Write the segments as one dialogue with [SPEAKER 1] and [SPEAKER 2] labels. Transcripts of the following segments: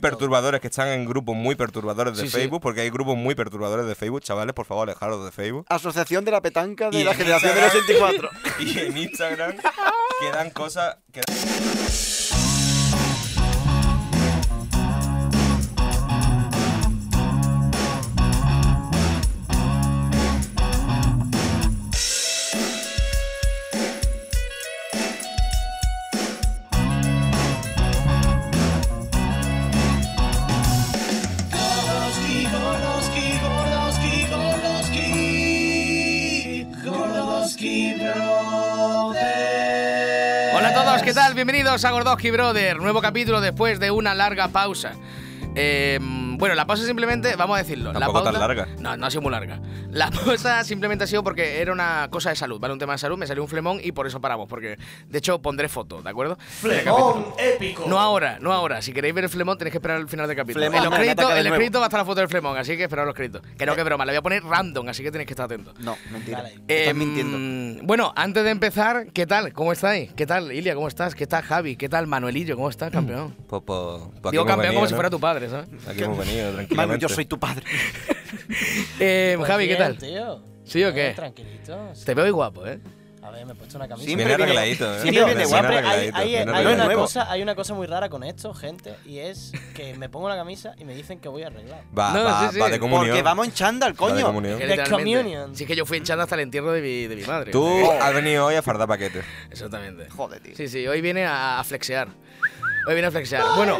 [SPEAKER 1] perturbadores que están en grupos muy perturbadores de
[SPEAKER 2] Sí, sí.
[SPEAKER 1] Facebook, porque hay grupos muy perturbadores de Facebook, chavales, por favor, alejaros de Facebook.
[SPEAKER 3] Asociación de la petanca de
[SPEAKER 1] Y
[SPEAKER 3] la
[SPEAKER 1] en
[SPEAKER 3] generación del
[SPEAKER 1] Instagram.
[SPEAKER 3] 84.
[SPEAKER 1] Y en Instagram quedan cosas que
[SPEAKER 2] Hola a todos, ¿qué tal? Bienvenidos a Gordoski Brother, nuevo capítulo después de una larga pausa. Eh, bueno, la pausa simplemente, vamos a decirlo.
[SPEAKER 1] Tampoco
[SPEAKER 2] la pausa,
[SPEAKER 1] tan larga.
[SPEAKER 2] No, no ha sido muy larga. La pausa simplemente ha sido porque era una cosa de salud, ¿vale? Un tema de salud, me salió un flemón y por eso paramos, porque de hecho pondré foto, ¿de acuerdo?
[SPEAKER 4] Flemón épico.
[SPEAKER 2] No ahora, no ahora. Si queréis ver el flemón, tenéis que esperar al final del capítulo.
[SPEAKER 3] Flemón,
[SPEAKER 2] en los
[SPEAKER 3] venga,
[SPEAKER 2] créditos,
[SPEAKER 3] ataca de
[SPEAKER 2] en los
[SPEAKER 3] nuevo.
[SPEAKER 2] créditos va a estar la foto del flemón, así que esperad los créditos. Que no, que broma, le voy a poner random, así que tenéis que estar atentos.
[SPEAKER 3] No, mentira.
[SPEAKER 4] Dale.
[SPEAKER 3] Estás
[SPEAKER 2] Em,
[SPEAKER 3] mintiendo.
[SPEAKER 2] Bueno, antes de empezar, ¿qué tal? ¿Cómo estáis? ¿Qué tal, Ilia? ¿Cómo estás? ¿Qué tal, Javi? ¿Qué tal, Manuelillo? ¿Cómo estás, campeón?
[SPEAKER 1] Pues, pues, pues aquí
[SPEAKER 2] Digo
[SPEAKER 1] hemos
[SPEAKER 2] campeón
[SPEAKER 1] venido,
[SPEAKER 2] como si
[SPEAKER 1] ¿no?
[SPEAKER 2] fuera tu padre, ¿sabes?
[SPEAKER 1] Aquí hemos venido,
[SPEAKER 3] Manu,
[SPEAKER 1] tranquilamente.
[SPEAKER 3] yo soy tu padre.
[SPEAKER 2] Eh,
[SPEAKER 4] Pues
[SPEAKER 2] Javi, ¿qué
[SPEAKER 4] bien,
[SPEAKER 2] tal?
[SPEAKER 4] tío.
[SPEAKER 2] ¿Sí o
[SPEAKER 4] Bien,
[SPEAKER 2] qué?
[SPEAKER 4] Tranquilito.
[SPEAKER 2] Te veo guapo, ¿eh?
[SPEAKER 4] A ver, me he puesto una camisa.
[SPEAKER 3] Sí,
[SPEAKER 1] Viene
[SPEAKER 3] Siempre viene-
[SPEAKER 1] arregladito, ¿eh?
[SPEAKER 3] siempre viene
[SPEAKER 1] Viene
[SPEAKER 3] guapo.
[SPEAKER 4] Siempre hay,
[SPEAKER 1] arregladito,
[SPEAKER 4] hay-
[SPEAKER 1] viene
[SPEAKER 4] hay
[SPEAKER 3] no es
[SPEAKER 4] una
[SPEAKER 1] arregladito.
[SPEAKER 3] nuevo.
[SPEAKER 4] cosa, hay una cosa muy rara con esto, gente, y es que me pongo la camisa y me dicen que voy arreglado.
[SPEAKER 1] Va,
[SPEAKER 2] No,
[SPEAKER 1] va,
[SPEAKER 2] sí, sí.
[SPEAKER 1] va de comunión.
[SPEAKER 3] Porque vamos en chándal,
[SPEAKER 1] Va de
[SPEAKER 3] coño.
[SPEAKER 1] comunión.
[SPEAKER 2] Que
[SPEAKER 4] The
[SPEAKER 2] literalmente-
[SPEAKER 4] Communion.
[SPEAKER 2] Sí, es que yo fui echando hasta el entierro de mi, de mi madre.
[SPEAKER 1] Tú has venido hoy a fardar paquetes.
[SPEAKER 2] Exactamente.
[SPEAKER 3] Joder, tío.
[SPEAKER 2] Sí, sí, hoy viene a, a flexear. Hoy viene a flexear. Bueno.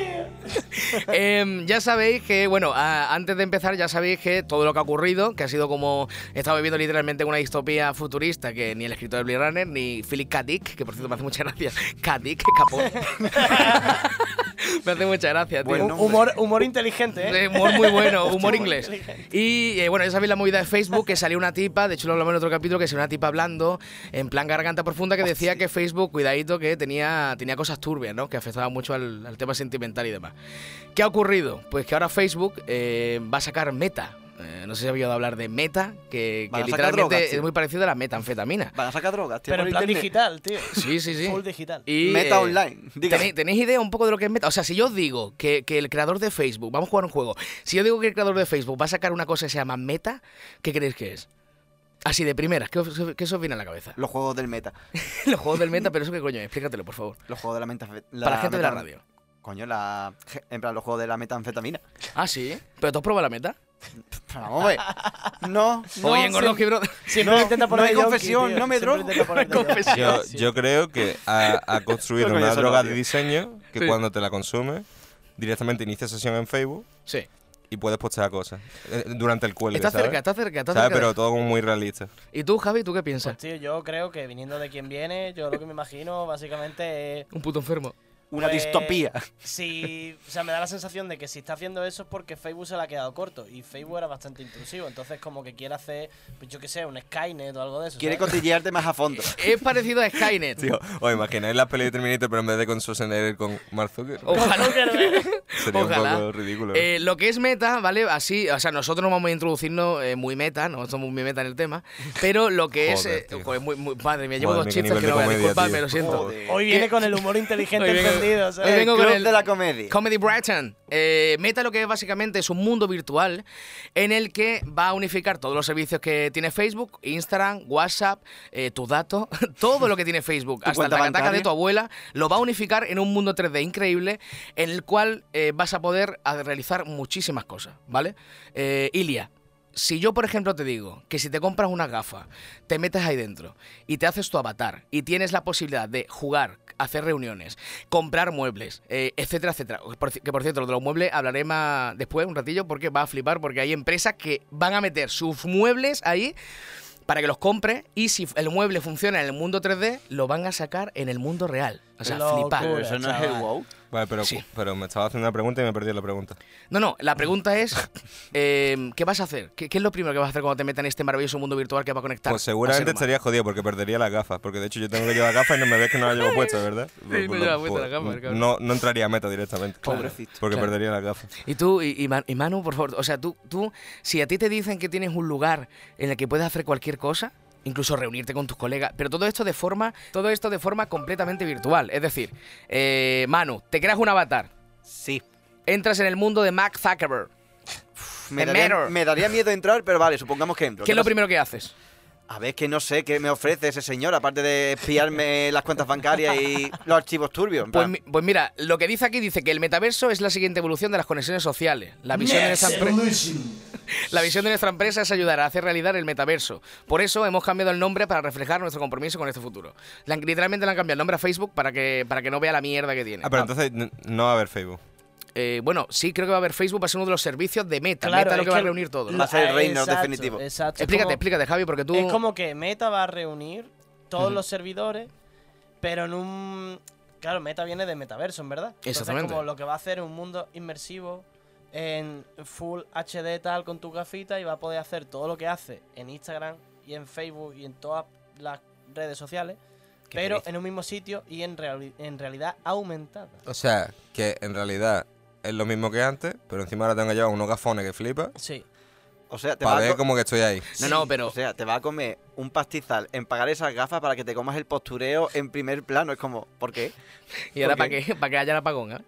[SPEAKER 2] Em, ya sabéis que, bueno, a- antes de empezar, ya sabéis que todo lo que ha ocurrido, que ha sido como. He estado viviendo literalmente una distopía futurista que ni el escritor de Blade Runner, ni Philip K. Dick, que por cierto me hace mucha gracia. K. Dick, capón. me hace mucha gracia, tío.
[SPEAKER 3] Bueno.
[SPEAKER 4] Hu- humor, humor inteligente,
[SPEAKER 2] Eh,
[SPEAKER 4] ¿eh?
[SPEAKER 2] Humor muy bueno, humor
[SPEAKER 4] muy
[SPEAKER 2] inglés.
[SPEAKER 4] inteligente.
[SPEAKER 2] Y eh, bueno, ya sabéis la movida de Facebook, que salió una tipa, de hecho lo hablamos en otro capítulo, que salió una tipa hablando, en plan garganta profunda, que decía que Facebook, cuidadito, que tenía, tenía cosas turbias, ¿no? Que afectaban mucho al, al tema sentimental y demás. ¿Qué ha ocurrido? Pues que ahora Facebook eh, va a sacar Meta. Eh, no sé si habéis oído hablar de Meta, que,
[SPEAKER 3] Van
[SPEAKER 2] que
[SPEAKER 3] a sacar
[SPEAKER 2] literalmente
[SPEAKER 3] drogas, tío.
[SPEAKER 2] es muy parecido a la metanfetamina.
[SPEAKER 3] Van a sacar drogas, tío.
[SPEAKER 4] Pero
[SPEAKER 3] por
[SPEAKER 4] en plan
[SPEAKER 3] internet.
[SPEAKER 4] digital, tío.
[SPEAKER 2] Sí, sí, sí.
[SPEAKER 4] Full digital.
[SPEAKER 2] Y,
[SPEAKER 3] Meta
[SPEAKER 2] eh,
[SPEAKER 3] online. Diga.
[SPEAKER 2] ¿Tenéis, tenéis idea un poco de lo que es meta? O sea, si yo os digo que, que el creador de Facebook, vamos a jugar un juego, si yo digo que el creador de Facebook va a sacar una cosa que se llama meta, ¿qué creéis que es? Así de primeras, ¿qué os, qué se os viene a la cabeza?
[SPEAKER 3] Los juegos del meta.
[SPEAKER 2] Los juegos del meta, pero eso qué coño, es? explícatelo, por favor.
[SPEAKER 3] Los juegos de la meta. la
[SPEAKER 2] Para la gente de la
[SPEAKER 3] meta-
[SPEAKER 2] radio.
[SPEAKER 3] Coño, la. En plan, los juegos de la metanfetamina.
[SPEAKER 2] Ah, sí. ¿Pero tú has probado la meta? Ah,
[SPEAKER 3] Pero vamos a ver. No, no.
[SPEAKER 2] Oye, en Gordos
[SPEAKER 3] sí.
[SPEAKER 2] que bro-
[SPEAKER 4] Siempre
[SPEAKER 3] No,
[SPEAKER 4] intenta
[SPEAKER 3] no
[SPEAKER 4] poner
[SPEAKER 3] hay
[SPEAKER 4] yonki,
[SPEAKER 3] confesión,
[SPEAKER 4] tío.
[SPEAKER 3] no me
[SPEAKER 4] Siempre
[SPEAKER 3] drogo.
[SPEAKER 4] intenta poner
[SPEAKER 2] No hay
[SPEAKER 4] yonki.
[SPEAKER 2] confesión.
[SPEAKER 1] Yo, yo creo que ha, ha construido
[SPEAKER 3] Creo que
[SPEAKER 1] una
[SPEAKER 3] yo se lo
[SPEAKER 1] droga
[SPEAKER 3] odio.
[SPEAKER 1] de diseño que
[SPEAKER 2] Sí.
[SPEAKER 1] cuando te la consumes, directamente inicia sesión en Facebook
[SPEAKER 2] Sí.
[SPEAKER 1] y puedes postear cosas eh, durante el cuelgue,
[SPEAKER 2] Está
[SPEAKER 1] ¿sabes?
[SPEAKER 2] cerca, está cerca, está
[SPEAKER 1] ¿Sabes?
[SPEAKER 2] cerca.
[SPEAKER 1] Pero todo como muy realista.
[SPEAKER 2] ¿Y tú, Javi, tú qué
[SPEAKER 4] Pues,
[SPEAKER 2] piensas?
[SPEAKER 4] tío, yo creo que viniendo de quien viene, yo lo que me imagino básicamente es...
[SPEAKER 2] Un puto enfermo.
[SPEAKER 3] Una
[SPEAKER 4] Pues,
[SPEAKER 3] distopía.
[SPEAKER 4] Si, o sea, me da la sensación de que si está haciendo eso es porque Facebook se la ha quedado corto y Facebook era bastante intrusivo, entonces como que quiere hacer, pues yo qué sé, un Skynet o algo de eso.
[SPEAKER 3] Quiere
[SPEAKER 4] ¿sabes?
[SPEAKER 3] cotillearte más a fondo.
[SPEAKER 2] Es parecido a Skynet.
[SPEAKER 1] Tío, os imagináis las pelis de Terminator, pero en vez de con Schwarzenegger, con Mark Zuckerberg.
[SPEAKER 2] Ojalá.
[SPEAKER 1] Sería
[SPEAKER 2] Ojalá.
[SPEAKER 1] un poco ridículo. ¿eh?
[SPEAKER 2] Eh, lo que es meta, ¿vale? Así, o sea, nosotros no vamos a introducirnos eh, muy meta, no somos muy meta en el tema, pero lo que
[SPEAKER 1] Joder,
[SPEAKER 2] es. eh,
[SPEAKER 1] tío.
[SPEAKER 2] joder, muy, muy- madre mía, llevo
[SPEAKER 1] Madre
[SPEAKER 2] dos
[SPEAKER 1] mía, qué
[SPEAKER 2] chistes que
[SPEAKER 1] nivel
[SPEAKER 2] no
[SPEAKER 1] de
[SPEAKER 2] voy a
[SPEAKER 1] comedia,
[SPEAKER 2] disculparme,
[SPEAKER 1] tío.
[SPEAKER 2] lo siento.
[SPEAKER 3] Joder.
[SPEAKER 4] Hoy viene con el humor inteligente
[SPEAKER 2] Hoy vengo-
[SPEAKER 4] encendido,
[SPEAKER 2] Hoy
[SPEAKER 4] ¿sabes?
[SPEAKER 3] El
[SPEAKER 2] vengo con
[SPEAKER 3] club
[SPEAKER 2] el-
[SPEAKER 3] de la comedia.
[SPEAKER 2] Comedy Brighton. Eh, Meta lo que es básicamente es un mundo virtual en el que va a unificar todos los servicios que tiene Facebook, Instagram, WhatsApp, eh, tu dato, todo lo que tiene Facebook,
[SPEAKER 3] Tu
[SPEAKER 2] hasta
[SPEAKER 3] cuenta
[SPEAKER 2] la cataca de
[SPEAKER 3] bancaria.
[SPEAKER 2] tu abuela, lo va a unificar en un mundo 3D increíble en el cual eh, vas a poder a- realizar muchísimas cosas, ¿vale? Eh, Ilia. Si yo, por ejemplo, te digo que si te compras una gafa, te metes ahí dentro y te haces tu avatar y tienes la posibilidad de jugar, hacer reuniones, comprar muebles, eh, etcétera, etcétera. Por ci- que por cierto, lo de los muebles hablaré más después, un ratillo, porque va a flipar, porque hay empresas que van a meter sus muebles ahí para que los compres y si el mueble funciona en el mundo 3D, lo van a sacar en el mundo real. O sea,
[SPEAKER 4] Locura.
[SPEAKER 2] flipar.
[SPEAKER 3] Pero eso no es el
[SPEAKER 4] chaval.
[SPEAKER 3] wow.
[SPEAKER 1] Vale, pero,
[SPEAKER 2] sí.
[SPEAKER 1] pero me estaba haciendo una pregunta y me perdí la pregunta.
[SPEAKER 2] No, no, la pregunta es, eh, ¿qué vas a hacer? ¿Qué, qué es lo primero que vas a hacer cuando te metan en este maravilloso mundo virtual que va a conectar?
[SPEAKER 1] Pues
[SPEAKER 2] al ser
[SPEAKER 1] seguramente
[SPEAKER 2] humano?
[SPEAKER 1] estaría jodido porque perdería las gafas, porque de hecho yo tengo que llevar gafas y no me ves que no las llevo puestas, ¿verdad? Pues,
[SPEAKER 2] Sí, no lleva puesta la gafas, cabrón.
[SPEAKER 1] No, no entraría a meta directamente.
[SPEAKER 3] Pobrecito.
[SPEAKER 1] Porque
[SPEAKER 2] Claro.
[SPEAKER 1] perdería las gafas.
[SPEAKER 2] Y tú, y, y Man- y Manu, por favor, o sea, tú, tú, si a ti te dicen que tienes un lugar en el que puedes hacer cualquier cosa, incluso reunirte con tus colegas, pero todo esto de forma, todo esto de forma completamente virtual. Es decir, eh, Manu, te creas un avatar.
[SPEAKER 3] Sí.
[SPEAKER 2] Entras en el mundo de Mark Zuckerberg.
[SPEAKER 3] Me
[SPEAKER 2] The
[SPEAKER 3] daría,
[SPEAKER 2] Mirror.
[SPEAKER 3] me daría miedo entrar, pero vale, supongamos que entro.
[SPEAKER 2] ¿Qué es
[SPEAKER 3] ¿Qué
[SPEAKER 2] lo
[SPEAKER 3] pasa?
[SPEAKER 2] primero que haces?
[SPEAKER 3] A ver, que no sé qué me ofrece ese señor, aparte de espiarme las cuentas bancarias y los archivos turbios. en
[SPEAKER 2] Pues,
[SPEAKER 3] plan.
[SPEAKER 2] mi- pues mira, lo que dice aquí dice que el metaverso es la siguiente evolución de las conexiones sociales. La visión, de nuestra empre- la visión de nuestra empresa es ayudar a hacer realidad el metaverso. Por eso hemos cambiado el nombre para reflejar nuestro compromiso con este futuro. Le han- literalmente le han cambiado el nombre a Facebook para que, para que no vea la mierda que tiene.
[SPEAKER 1] Ah, pero entonces n- no va a haber Facebook.
[SPEAKER 2] Eh, bueno, sí creo que va a haber Facebook, va a ser uno de los servicios de Meta.
[SPEAKER 4] Claro,
[SPEAKER 2] Meta es lo
[SPEAKER 4] es
[SPEAKER 2] que va a
[SPEAKER 4] que-
[SPEAKER 2] reunir todo. ¿no?
[SPEAKER 3] Va a ser el
[SPEAKER 4] Ah,
[SPEAKER 3] reino
[SPEAKER 4] exacto,
[SPEAKER 3] definitivo.
[SPEAKER 4] Exacto.
[SPEAKER 2] Explícate,
[SPEAKER 4] como-
[SPEAKER 2] explícate, Javi, porque tú...
[SPEAKER 4] Es como que Meta va a reunir todos los servidores, pero en un. Claro, Meta viene de metaverso, en verdad. Entonces,
[SPEAKER 2] Exactamente.
[SPEAKER 4] como lo que va a hacer es un mundo inmersivo en full HD tal con tu gafita y va a poder hacer todo lo que hace en Instagram y en Facebook y en todas las redes sociales,
[SPEAKER 2] Qué
[SPEAKER 4] pero
[SPEAKER 2] pereza.
[SPEAKER 4] en un mismo sitio y en, reali- en realidad aumentada.
[SPEAKER 1] O sea, que en realidad es lo mismo que antes, pero encima ahora tengo que llevar unos gafones que flipa
[SPEAKER 4] Sí.
[SPEAKER 3] O sea, te va
[SPEAKER 1] para
[SPEAKER 3] a
[SPEAKER 1] ver
[SPEAKER 3] co-
[SPEAKER 1] como que estoy ahí.
[SPEAKER 2] No, no, pero...
[SPEAKER 3] o sea, te va a comer un pastizal en pagar esas gafas para que te comas el postureo en primer plano. Es como, ¿por qué?
[SPEAKER 2] ¿Y ahora
[SPEAKER 3] ¿por
[SPEAKER 2] para
[SPEAKER 3] qué?
[SPEAKER 2] qué? ¿Para que haya el apagón, eh?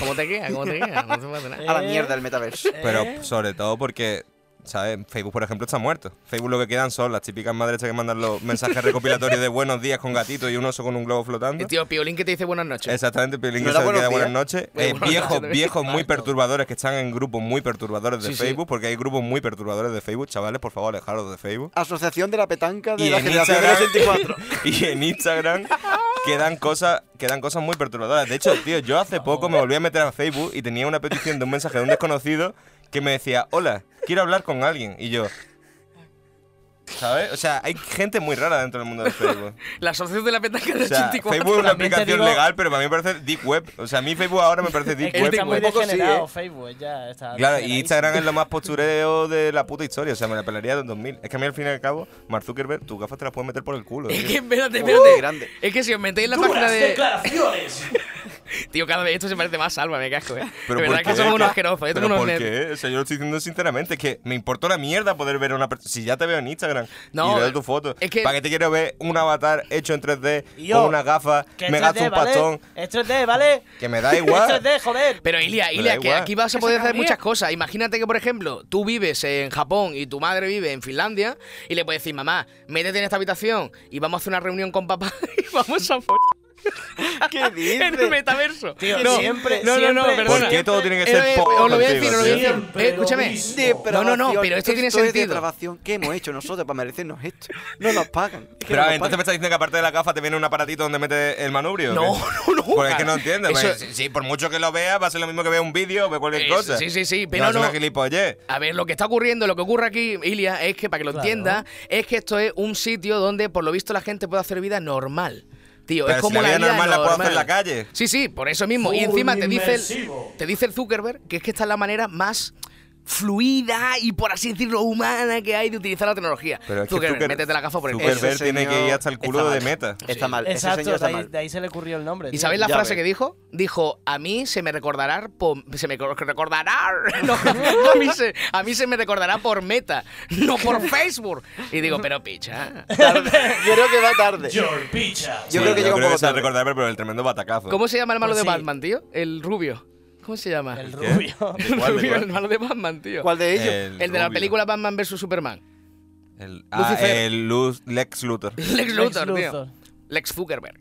[SPEAKER 2] ¿Cómo te queda? ¿Cómo te queda? No se puede hacer nada.
[SPEAKER 4] Eh,
[SPEAKER 3] A la mierda el metaverso.
[SPEAKER 2] Eh.
[SPEAKER 1] Pero sobre todo porque, ¿sabes? Facebook, por ejemplo, está muerto. Facebook lo que quedan son las típicas madres estas que mandan los mensajes recopilatorios de buenos días con gatito y un oso con un globo flotando.
[SPEAKER 2] Eh, tío, Piolín que te dice buenas noches.
[SPEAKER 1] Exactamente, Piolín
[SPEAKER 3] No
[SPEAKER 1] que
[SPEAKER 3] da
[SPEAKER 1] se
[SPEAKER 3] buenos
[SPEAKER 1] queda
[SPEAKER 3] días.
[SPEAKER 1] buenas noches.
[SPEAKER 2] Eh,
[SPEAKER 1] Eh,
[SPEAKER 2] buenas
[SPEAKER 1] viejos,
[SPEAKER 2] noches.
[SPEAKER 1] viejos muy
[SPEAKER 4] Exacto.
[SPEAKER 1] perturbadores que están en grupos muy perturbadores de
[SPEAKER 2] Sí, sí.
[SPEAKER 1] Facebook, porque hay grupos muy perturbadores de Facebook. Chavales, por favor, alejaros de Facebook.
[SPEAKER 3] Asociación de la petanca de
[SPEAKER 1] Y
[SPEAKER 3] la
[SPEAKER 1] en
[SPEAKER 3] generación del
[SPEAKER 1] Instagram-
[SPEAKER 3] 84.
[SPEAKER 1] y en Instagram quedan cosas, quedan cosas muy perturbadoras. De hecho, tío, yo hace poco me volví a meter a Facebook y tenía una petición de un mensaje de un desconocido que me decía, hola, quiero hablar con alguien. Y yo... ¿Sabes? O sea, hay gente muy rara dentro del mundo de Facebook.
[SPEAKER 2] La asociación de la petanca del
[SPEAKER 1] O sea,
[SPEAKER 2] 84.
[SPEAKER 1] Facebook es una
[SPEAKER 4] también te
[SPEAKER 1] aplicación
[SPEAKER 4] digo-
[SPEAKER 1] legal, pero para mí me parece deep web. O sea, a mí Facebook ahora me parece
[SPEAKER 4] Es
[SPEAKER 1] deep
[SPEAKER 4] que
[SPEAKER 1] web.
[SPEAKER 4] está muy
[SPEAKER 3] Un poco sí,
[SPEAKER 4] degenerado
[SPEAKER 3] ¿eh?
[SPEAKER 4] Facebook, ya
[SPEAKER 1] Claro,
[SPEAKER 4] está.
[SPEAKER 1] y
[SPEAKER 4] degeneradísimo.
[SPEAKER 1] Instagram es lo más postureo de la puta historia. O sea, me la pelaría del 2000. Es que a mí al fin y al cabo, Mark Zuckerberg, tus gafas te las puedes meter por el culo.
[SPEAKER 2] Es
[SPEAKER 1] tío.
[SPEAKER 2] que, espérate,
[SPEAKER 3] Grande,
[SPEAKER 2] espérate.
[SPEAKER 3] grande.
[SPEAKER 2] Es que si os metéis en la página de. Tío, cada vez esto se parece más salva, me casco, eh.
[SPEAKER 1] Pero
[SPEAKER 2] de
[SPEAKER 1] ¿por
[SPEAKER 2] verdad que
[SPEAKER 1] qué?
[SPEAKER 2] somos unos
[SPEAKER 1] ¿Qué?
[SPEAKER 2] asquerosos, eh.
[SPEAKER 1] ¿Pero
[SPEAKER 2] somos
[SPEAKER 1] por
[SPEAKER 2] unos nerds.
[SPEAKER 1] qué? O sea, yo lo estoy diciendo sinceramente, es que me importa una mierda poder ver a una persona. Si ya te veo en Instagram
[SPEAKER 2] No,
[SPEAKER 1] y veo tu foto,
[SPEAKER 2] es que-
[SPEAKER 1] ¿para qué te quiero ver un avatar hecho en 3D
[SPEAKER 4] Y yo,
[SPEAKER 1] con una gafa,
[SPEAKER 4] Que
[SPEAKER 1] me
[SPEAKER 4] es
[SPEAKER 1] gasto
[SPEAKER 4] 3D,
[SPEAKER 1] un
[SPEAKER 4] ¿vale?
[SPEAKER 1] pastón?
[SPEAKER 4] Es 3D, ¿vale?
[SPEAKER 1] Que me da
[SPEAKER 4] Es
[SPEAKER 1] igual.
[SPEAKER 4] 3D, joder.
[SPEAKER 2] Pero Ilia,
[SPEAKER 1] Me
[SPEAKER 2] Ilia,
[SPEAKER 1] da
[SPEAKER 2] que
[SPEAKER 1] igual.
[SPEAKER 2] aquí vas a poder hacer muchas cosas. Imagínate que, por ejemplo, tú vives en Japón y tu madre vive en Finlandia y le puedes decir, mamá, métete en esta habitación y vamos a hacer una reunión con papá y vamos a follar
[SPEAKER 3] ¿Qué dices?
[SPEAKER 2] en el metaverso.
[SPEAKER 4] Tío,
[SPEAKER 2] no,
[SPEAKER 4] siempre,
[SPEAKER 2] no, no, no,
[SPEAKER 4] siempre-
[SPEAKER 1] ¿Por
[SPEAKER 2] perdona.
[SPEAKER 1] qué todo tiene que ser
[SPEAKER 2] Eh, eh,
[SPEAKER 1] po-
[SPEAKER 2] os lo voy a decir,
[SPEAKER 1] contigo,
[SPEAKER 2] os lo voy a
[SPEAKER 1] tío?
[SPEAKER 2] decir. Eh, escúchame. No, no, no, pero esto tiene
[SPEAKER 3] es
[SPEAKER 2] sentido.
[SPEAKER 3] depravación. ¿Qué hemos hecho nosotros para merecernos esto? No nos pagan. Es que
[SPEAKER 1] Pero
[SPEAKER 3] no
[SPEAKER 1] a
[SPEAKER 3] nos
[SPEAKER 1] ver, entonces me
[SPEAKER 3] pagan.
[SPEAKER 1] estás diciendo que aparte de la gafa te viene un aparatito donde metes el manubrio.
[SPEAKER 2] No,
[SPEAKER 1] ¿o qué?
[SPEAKER 2] no, no.
[SPEAKER 1] Porque es que no entiendo.
[SPEAKER 2] Eso-
[SPEAKER 1] pues, si, si por mucho que lo veas, va a ser lo mismo que vea un vídeo o ve cualquier
[SPEAKER 2] Eso,
[SPEAKER 1] cosa.
[SPEAKER 2] sí, sí, sí,
[SPEAKER 1] No,
[SPEAKER 2] pero
[SPEAKER 1] es una
[SPEAKER 2] no.
[SPEAKER 1] gilipollez.
[SPEAKER 2] A ver, lo que está ocurriendo, lo que ocurre aquí, Ilia, es que, para que lo
[SPEAKER 4] Claro.
[SPEAKER 2] entienda, es que esto es un sitio donde, por lo visto, la gente puede hacer vida normal. Tío,
[SPEAKER 1] Pero
[SPEAKER 2] es
[SPEAKER 1] si
[SPEAKER 2] como
[SPEAKER 1] la vida normal la puedo hacer en la
[SPEAKER 2] normal.
[SPEAKER 1] calle.
[SPEAKER 2] Sí, sí, por eso mismo. Y encima te dice, el, te dice el Zuckerberg que es que esta es la manera más fluida y, por así decirlo, humana que hay de utilizar la tecnología.
[SPEAKER 1] Pero es que
[SPEAKER 2] Zuckerberg,
[SPEAKER 1] Zucker-
[SPEAKER 2] métete la gafa por el culo.
[SPEAKER 1] Zuckerberg
[SPEAKER 3] Ese
[SPEAKER 1] pues tiene
[SPEAKER 3] señor
[SPEAKER 1] que ir hasta el culo
[SPEAKER 3] está
[SPEAKER 1] de
[SPEAKER 3] mal.
[SPEAKER 1] meta.
[SPEAKER 3] Está mal, ese
[SPEAKER 4] Exacto,
[SPEAKER 3] señor
[SPEAKER 4] de
[SPEAKER 3] está
[SPEAKER 4] ahí,
[SPEAKER 3] mal.
[SPEAKER 4] de ahí se le ocurrió el nombre.
[SPEAKER 2] ¿Y
[SPEAKER 4] tío.
[SPEAKER 2] sabéis la
[SPEAKER 3] Ya
[SPEAKER 2] frase
[SPEAKER 3] ves.
[SPEAKER 2] que dijo? Dijo, a mí se me recordará por... Se me cor- recordará... No, a, mí se, a mí se me recordará por Meta, no por Facebook. Y digo, pero picha.
[SPEAKER 3] Tarde. Yo creo que va tarde. Yo
[SPEAKER 1] Sí,
[SPEAKER 3] creo que llega un poco
[SPEAKER 1] se va a
[SPEAKER 3] tarde.
[SPEAKER 1] recordar, pero el tremendo batacazo.
[SPEAKER 2] ¿Cómo se llama el malo
[SPEAKER 4] Pues
[SPEAKER 2] de
[SPEAKER 4] sí.
[SPEAKER 2] Batman, tío? El rubio. ¿Cómo se llama?
[SPEAKER 4] El
[SPEAKER 1] ¿Qué?
[SPEAKER 4] rubio.
[SPEAKER 1] ¿De
[SPEAKER 2] El
[SPEAKER 1] cuál, de
[SPEAKER 2] rubio,
[SPEAKER 1] cuál?
[SPEAKER 2] el malo de Batman, tío.
[SPEAKER 3] ¿Cuál de ellos?
[SPEAKER 1] El,
[SPEAKER 2] El de la
[SPEAKER 1] rubio.
[SPEAKER 2] película Batman vs Superman.
[SPEAKER 1] El, ah,
[SPEAKER 2] Lucifer.
[SPEAKER 1] el Luz- Lex Luthor.
[SPEAKER 2] Lex Luthor, tío.
[SPEAKER 4] Luthor.
[SPEAKER 2] Lex Zuckerberg.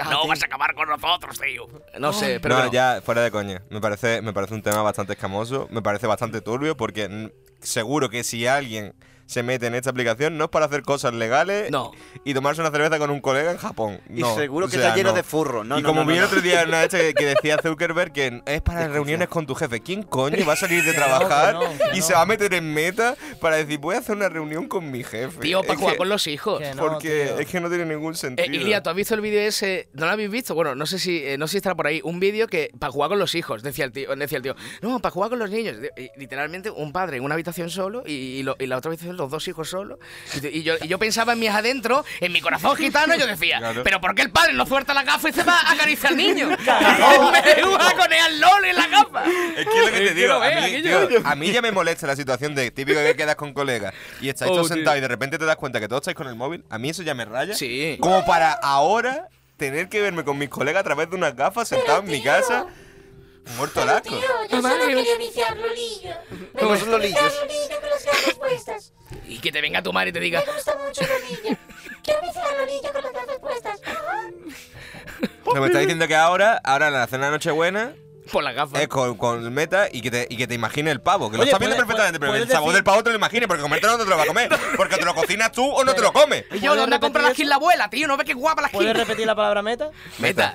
[SPEAKER 3] Ah,
[SPEAKER 2] No
[SPEAKER 3] tío.
[SPEAKER 2] vas a acabar con nosotros, tío. No sé, pero
[SPEAKER 1] Ah. no,
[SPEAKER 2] bueno.
[SPEAKER 1] ya, fuera de coña. Me parece, me parece un tema bastante escamoso, me parece bastante turbio, porque mm, seguro que si alguien se mete en esta aplicación no es para hacer cosas legales
[SPEAKER 2] No.
[SPEAKER 1] y tomarse una cerveza con un colega en Japón.
[SPEAKER 3] Y
[SPEAKER 1] No,
[SPEAKER 3] seguro
[SPEAKER 1] o
[SPEAKER 3] que
[SPEAKER 1] sea,
[SPEAKER 3] está lleno
[SPEAKER 1] no.
[SPEAKER 3] de furro. No,
[SPEAKER 1] y
[SPEAKER 3] no,
[SPEAKER 1] como
[SPEAKER 3] no,
[SPEAKER 1] vi el
[SPEAKER 3] no,
[SPEAKER 1] otro día en una este que decía Zuckerberg que es para reuniones con tu jefe. ¿Quién coño va a salir de trabajar
[SPEAKER 4] no, que
[SPEAKER 1] y
[SPEAKER 4] no.
[SPEAKER 1] se va a meter en meta para decir voy a hacer una reunión con mi jefe?
[SPEAKER 2] Tío, para
[SPEAKER 1] Es
[SPEAKER 2] jugar
[SPEAKER 1] que-
[SPEAKER 2] con los hijos.
[SPEAKER 4] que no,
[SPEAKER 1] Porque
[SPEAKER 4] tío.
[SPEAKER 1] es que no tiene ningún
[SPEAKER 2] Eh,
[SPEAKER 1] sentido.
[SPEAKER 2] Ilia, ¿tú has visto el vídeo ese? ¿No lo habéis visto? Bueno, no sé si eh, no sé si estará por ahí. Un vídeo que para jugar con los hijos, decía el tío. Decía el tío no, para jugar con los niños. Y literalmente un padre en una habitación solo y, y lo- y la otra habitación los dos hijos solos. Y, te- y yo, y yo pensaba en mis adentro, en mi corazón gitano, y yo decía,
[SPEAKER 1] Claro.
[SPEAKER 2] ¿pero por qué el padre no suelta la gafa y se va a acariciar al niño? ¡Me juega con el LOL en la gafa!
[SPEAKER 1] Es que es lo que te
[SPEAKER 2] Es que
[SPEAKER 1] digo.
[SPEAKER 2] lo
[SPEAKER 1] a,
[SPEAKER 2] vea,
[SPEAKER 1] mí,
[SPEAKER 2] que yo-
[SPEAKER 1] tío, a mí ya me molesta la situación de típico que quedas con colegas y estáis
[SPEAKER 2] Oh,
[SPEAKER 1] todos
[SPEAKER 2] tío.
[SPEAKER 1] sentados y de repente te das cuenta que todos estáis con el móvil. A mí eso ya me raya.
[SPEAKER 2] Sí.
[SPEAKER 1] Como para ahora tener que verme con mis colegas a través de unas gafas sentado en mi casa. Muerto el asco.
[SPEAKER 5] Tío, yo
[SPEAKER 2] Madre
[SPEAKER 5] solo
[SPEAKER 2] mía.
[SPEAKER 5] quería viciar Lolillo. Me
[SPEAKER 2] Como
[SPEAKER 5] gusta
[SPEAKER 3] son lolillos.
[SPEAKER 5] viciar Lolillo con las gafas puestas.
[SPEAKER 2] Y que te venga tu madre y te diga,
[SPEAKER 5] Me gusta mucho Lolillo. Quiero viciar Lolillo con las gafas puestas. Ajá.
[SPEAKER 1] No, me está diciendo que ahora, ahora en la cena de Nochebuena,
[SPEAKER 2] por las gafas.
[SPEAKER 4] Eh,
[SPEAKER 1] es con, con el meta y que, te, y que te imagine el pavo. Que lo
[SPEAKER 4] Oye,
[SPEAKER 1] está viendo
[SPEAKER 4] puede-
[SPEAKER 1] perfectamente, pero
[SPEAKER 4] puede-
[SPEAKER 1] el sabor
[SPEAKER 4] puedes
[SPEAKER 1] del pavo te lo imagines, porque comértelo no te lo va a comer. Porque te lo cocinas tú o no te lo comes.
[SPEAKER 2] Y yo,
[SPEAKER 4] ¿Puedes
[SPEAKER 2] ¿dónde
[SPEAKER 4] repetir
[SPEAKER 2] compra la
[SPEAKER 4] eso?
[SPEAKER 2] skin la abuela, tío? ¿No ves que guapa la skin?
[SPEAKER 4] ¿Puedes repetir la palabra meta?
[SPEAKER 2] Meta.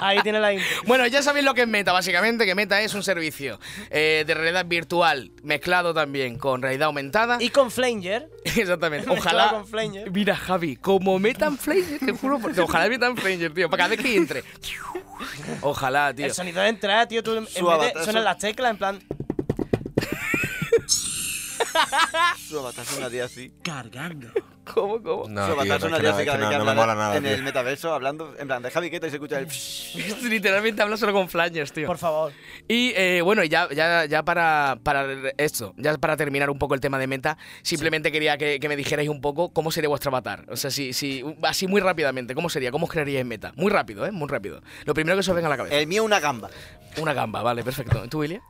[SPEAKER 4] Ahí tiene la intro.
[SPEAKER 2] Bueno, ya sabéis lo que es Meta, básicamente, que Meta es un servicio eh, de realidad virtual mezclado también con realidad aumentada.
[SPEAKER 4] Y con Flanger.
[SPEAKER 2] Exactamente.
[SPEAKER 4] Mezclado
[SPEAKER 2] Ojalá.
[SPEAKER 4] con Flanger.
[SPEAKER 2] Mira, Javi, como metan Flanger, te juro, por- ojalá metan Flanger, tío, para cada vez que entre. Ojalá, tío.
[SPEAKER 4] El sonido de entrada, tío. Tú, en vez de-
[SPEAKER 3] avatar,
[SPEAKER 4] suenan
[SPEAKER 3] su-
[SPEAKER 4] las teclas en plan.
[SPEAKER 3] Su avatar sonaría así.
[SPEAKER 2] ¿Cómo,
[SPEAKER 1] No,
[SPEAKER 2] cómo?
[SPEAKER 1] tío,
[SPEAKER 3] Su
[SPEAKER 1] no,
[SPEAKER 3] avatar
[SPEAKER 1] es que
[SPEAKER 3] sonaría
[SPEAKER 1] no,
[SPEAKER 3] así
[SPEAKER 1] es que
[SPEAKER 3] cada vez
[SPEAKER 1] no,
[SPEAKER 3] que
[SPEAKER 1] no me mola
[SPEAKER 3] hablara
[SPEAKER 1] nada.
[SPEAKER 3] en
[SPEAKER 1] tío.
[SPEAKER 3] el metaverso hablando en plan de Javi Quieto y se escucha el...
[SPEAKER 2] Literalmente habla solo con Flangers, tío.
[SPEAKER 4] Por favor.
[SPEAKER 2] Y eh, bueno, ya, ya, ya para, para esto, ya para terminar un poco el tema de meta, simplemente quería que, que me dijerais un poco cómo sería vuestro avatar. O sea, si, si, así muy rápidamente, ¿cómo sería? ¿Cómo os crearíais meta? Muy rápido, ¿eh? Muy rápido. Lo primero que se os venga a la cabeza.
[SPEAKER 1] Eh.
[SPEAKER 3] El mío una gamba.
[SPEAKER 2] Una gamba, vale, perfecto. ¿Tú, William?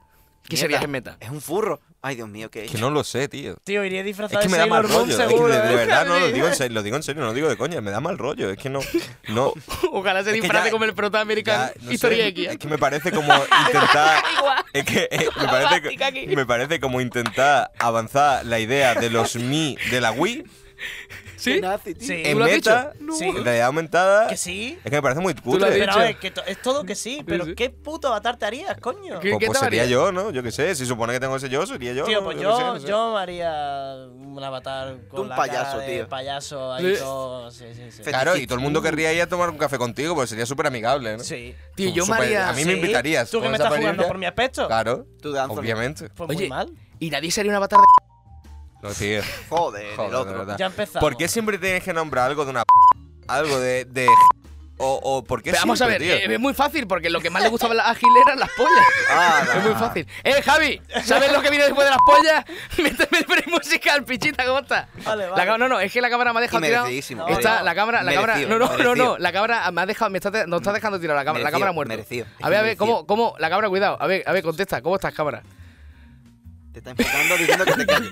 [SPEAKER 2] ¿Qué
[SPEAKER 3] Mierda,
[SPEAKER 2] serías en meta?
[SPEAKER 3] Es un furro. Ay, Dios mío, ¿qué he
[SPEAKER 1] Que
[SPEAKER 3] hecho?
[SPEAKER 1] no lo sé, tío.
[SPEAKER 4] Tío, iría disfrazado
[SPEAKER 1] Es que me
[SPEAKER 4] de
[SPEAKER 1] da mal
[SPEAKER 4] Sailor Moon
[SPEAKER 1] rollo. Es que
[SPEAKER 4] seguro.
[SPEAKER 1] de, de
[SPEAKER 4] ¿eh?
[SPEAKER 1] verdad no lo digo en serio, lo digo en serio, no lo digo de coña, me da mal rollo. Es que no. no
[SPEAKER 2] Ojalá se
[SPEAKER 1] Es que
[SPEAKER 2] disfrace
[SPEAKER 1] ya-
[SPEAKER 2] como el prota American
[SPEAKER 1] ya, no sé,
[SPEAKER 2] Historia X.
[SPEAKER 1] es que me parece como intentar. es que eh, me, parece, que- me parece como intentar avanzar la idea de los mi de la Wii
[SPEAKER 2] ¿Sí?
[SPEAKER 3] Nazi, tío.
[SPEAKER 4] Sí.
[SPEAKER 1] en
[SPEAKER 2] lo has
[SPEAKER 1] meta,
[SPEAKER 4] Sí.
[SPEAKER 1] en realidad aumentada.
[SPEAKER 4] Que sí.
[SPEAKER 1] Es que me parece muy
[SPEAKER 2] lo has
[SPEAKER 1] cutre.
[SPEAKER 4] Pero a
[SPEAKER 2] dicho.
[SPEAKER 4] ver, que to- es todo que sí,
[SPEAKER 2] sí.
[SPEAKER 4] pero ¿qué puto avatar te harías, coño?
[SPEAKER 2] ¿Qué-
[SPEAKER 1] Pues,
[SPEAKER 2] te
[SPEAKER 1] pues sería
[SPEAKER 2] harías?
[SPEAKER 1] yo, ¿no? Yo qué sé, si supone que tengo ese yo, sería yo.
[SPEAKER 4] Tío,
[SPEAKER 1] ¿no?
[SPEAKER 4] pues
[SPEAKER 1] qué
[SPEAKER 4] yo,
[SPEAKER 1] sé, no sé.
[SPEAKER 4] yo me haría un avatar con
[SPEAKER 3] un
[SPEAKER 4] la cara
[SPEAKER 3] payaso,
[SPEAKER 4] de
[SPEAKER 3] tío.
[SPEAKER 4] payaso ahí
[SPEAKER 2] Sí.
[SPEAKER 4] todo. Sí, sí, sí.
[SPEAKER 1] Claro, y todo el mundo querría ir a tomar un café contigo, porque sería súper amigable, ¿no?
[SPEAKER 4] Sí.
[SPEAKER 2] Tío, yo
[SPEAKER 1] Súper-
[SPEAKER 2] María.
[SPEAKER 1] A mí me
[SPEAKER 4] Sí.
[SPEAKER 1] invitarías.
[SPEAKER 4] ¿Tú que
[SPEAKER 1] con
[SPEAKER 4] me
[SPEAKER 1] esa
[SPEAKER 4] estás jugando
[SPEAKER 1] apariencia.
[SPEAKER 4] por mi aspecto?
[SPEAKER 1] Claro,
[SPEAKER 3] Tú de Anthony.
[SPEAKER 1] obviamente.
[SPEAKER 4] Pues
[SPEAKER 2] Oye,
[SPEAKER 4] muy mal.
[SPEAKER 2] Y nadie sería un avatar de.
[SPEAKER 1] No, tío.
[SPEAKER 3] Joder,
[SPEAKER 1] Joder,
[SPEAKER 3] el
[SPEAKER 1] de
[SPEAKER 3] otro.
[SPEAKER 1] verdad.
[SPEAKER 4] Ya empezamos.
[SPEAKER 1] ¿Por qué siempre tienes que nombrar algo de una p algo de, de o, o por qué
[SPEAKER 2] Pero vamos a ver,
[SPEAKER 1] siempre, tío?
[SPEAKER 2] eh, es muy fácil porque lo que más le gustaba a Gil eran las pollas.
[SPEAKER 3] Ah,
[SPEAKER 2] Es muy fácil. ¡Eh, Javi! ¿Sabes lo que viene después de las pollas? Méteme el break musical, pichita, ¿cómo está?
[SPEAKER 4] Vale,
[SPEAKER 2] La
[SPEAKER 4] vale.
[SPEAKER 2] ca- no, no, es que la cámara me ha dejado
[SPEAKER 3] Y
[SPEAKER 2] tirado.
[SPEAKER 3] merecidísimo,
[SPEAKER 2] Está,
[SPEAKER 3] merecido.
[SPEAKER 2] la cámara, la cámara. No,
[SPEAKER 3] Merecido,
[SPEAKER 2] no, no, no.
[SPEAKER 3] merecido.
[SPEAKER 2] La cámara me ha dejado, me está, nos está dejando tirado la cámara. la
[SPEAKER 3] Merecido,
[SPEAKER 2] cámara ha muerto.
[SPEAKER 3] merecido, es
[SPEAKER 2] A ver, a ver,
[SPEAKER 3] merecido.
[SPEAKER 2] ¿cómo, cómo? La cámara, cuidado. A ver, a ver, contesta. ¿Cómo estás, cámara?
[SPEAKER 3] Te está enfocando diciendo que te calles.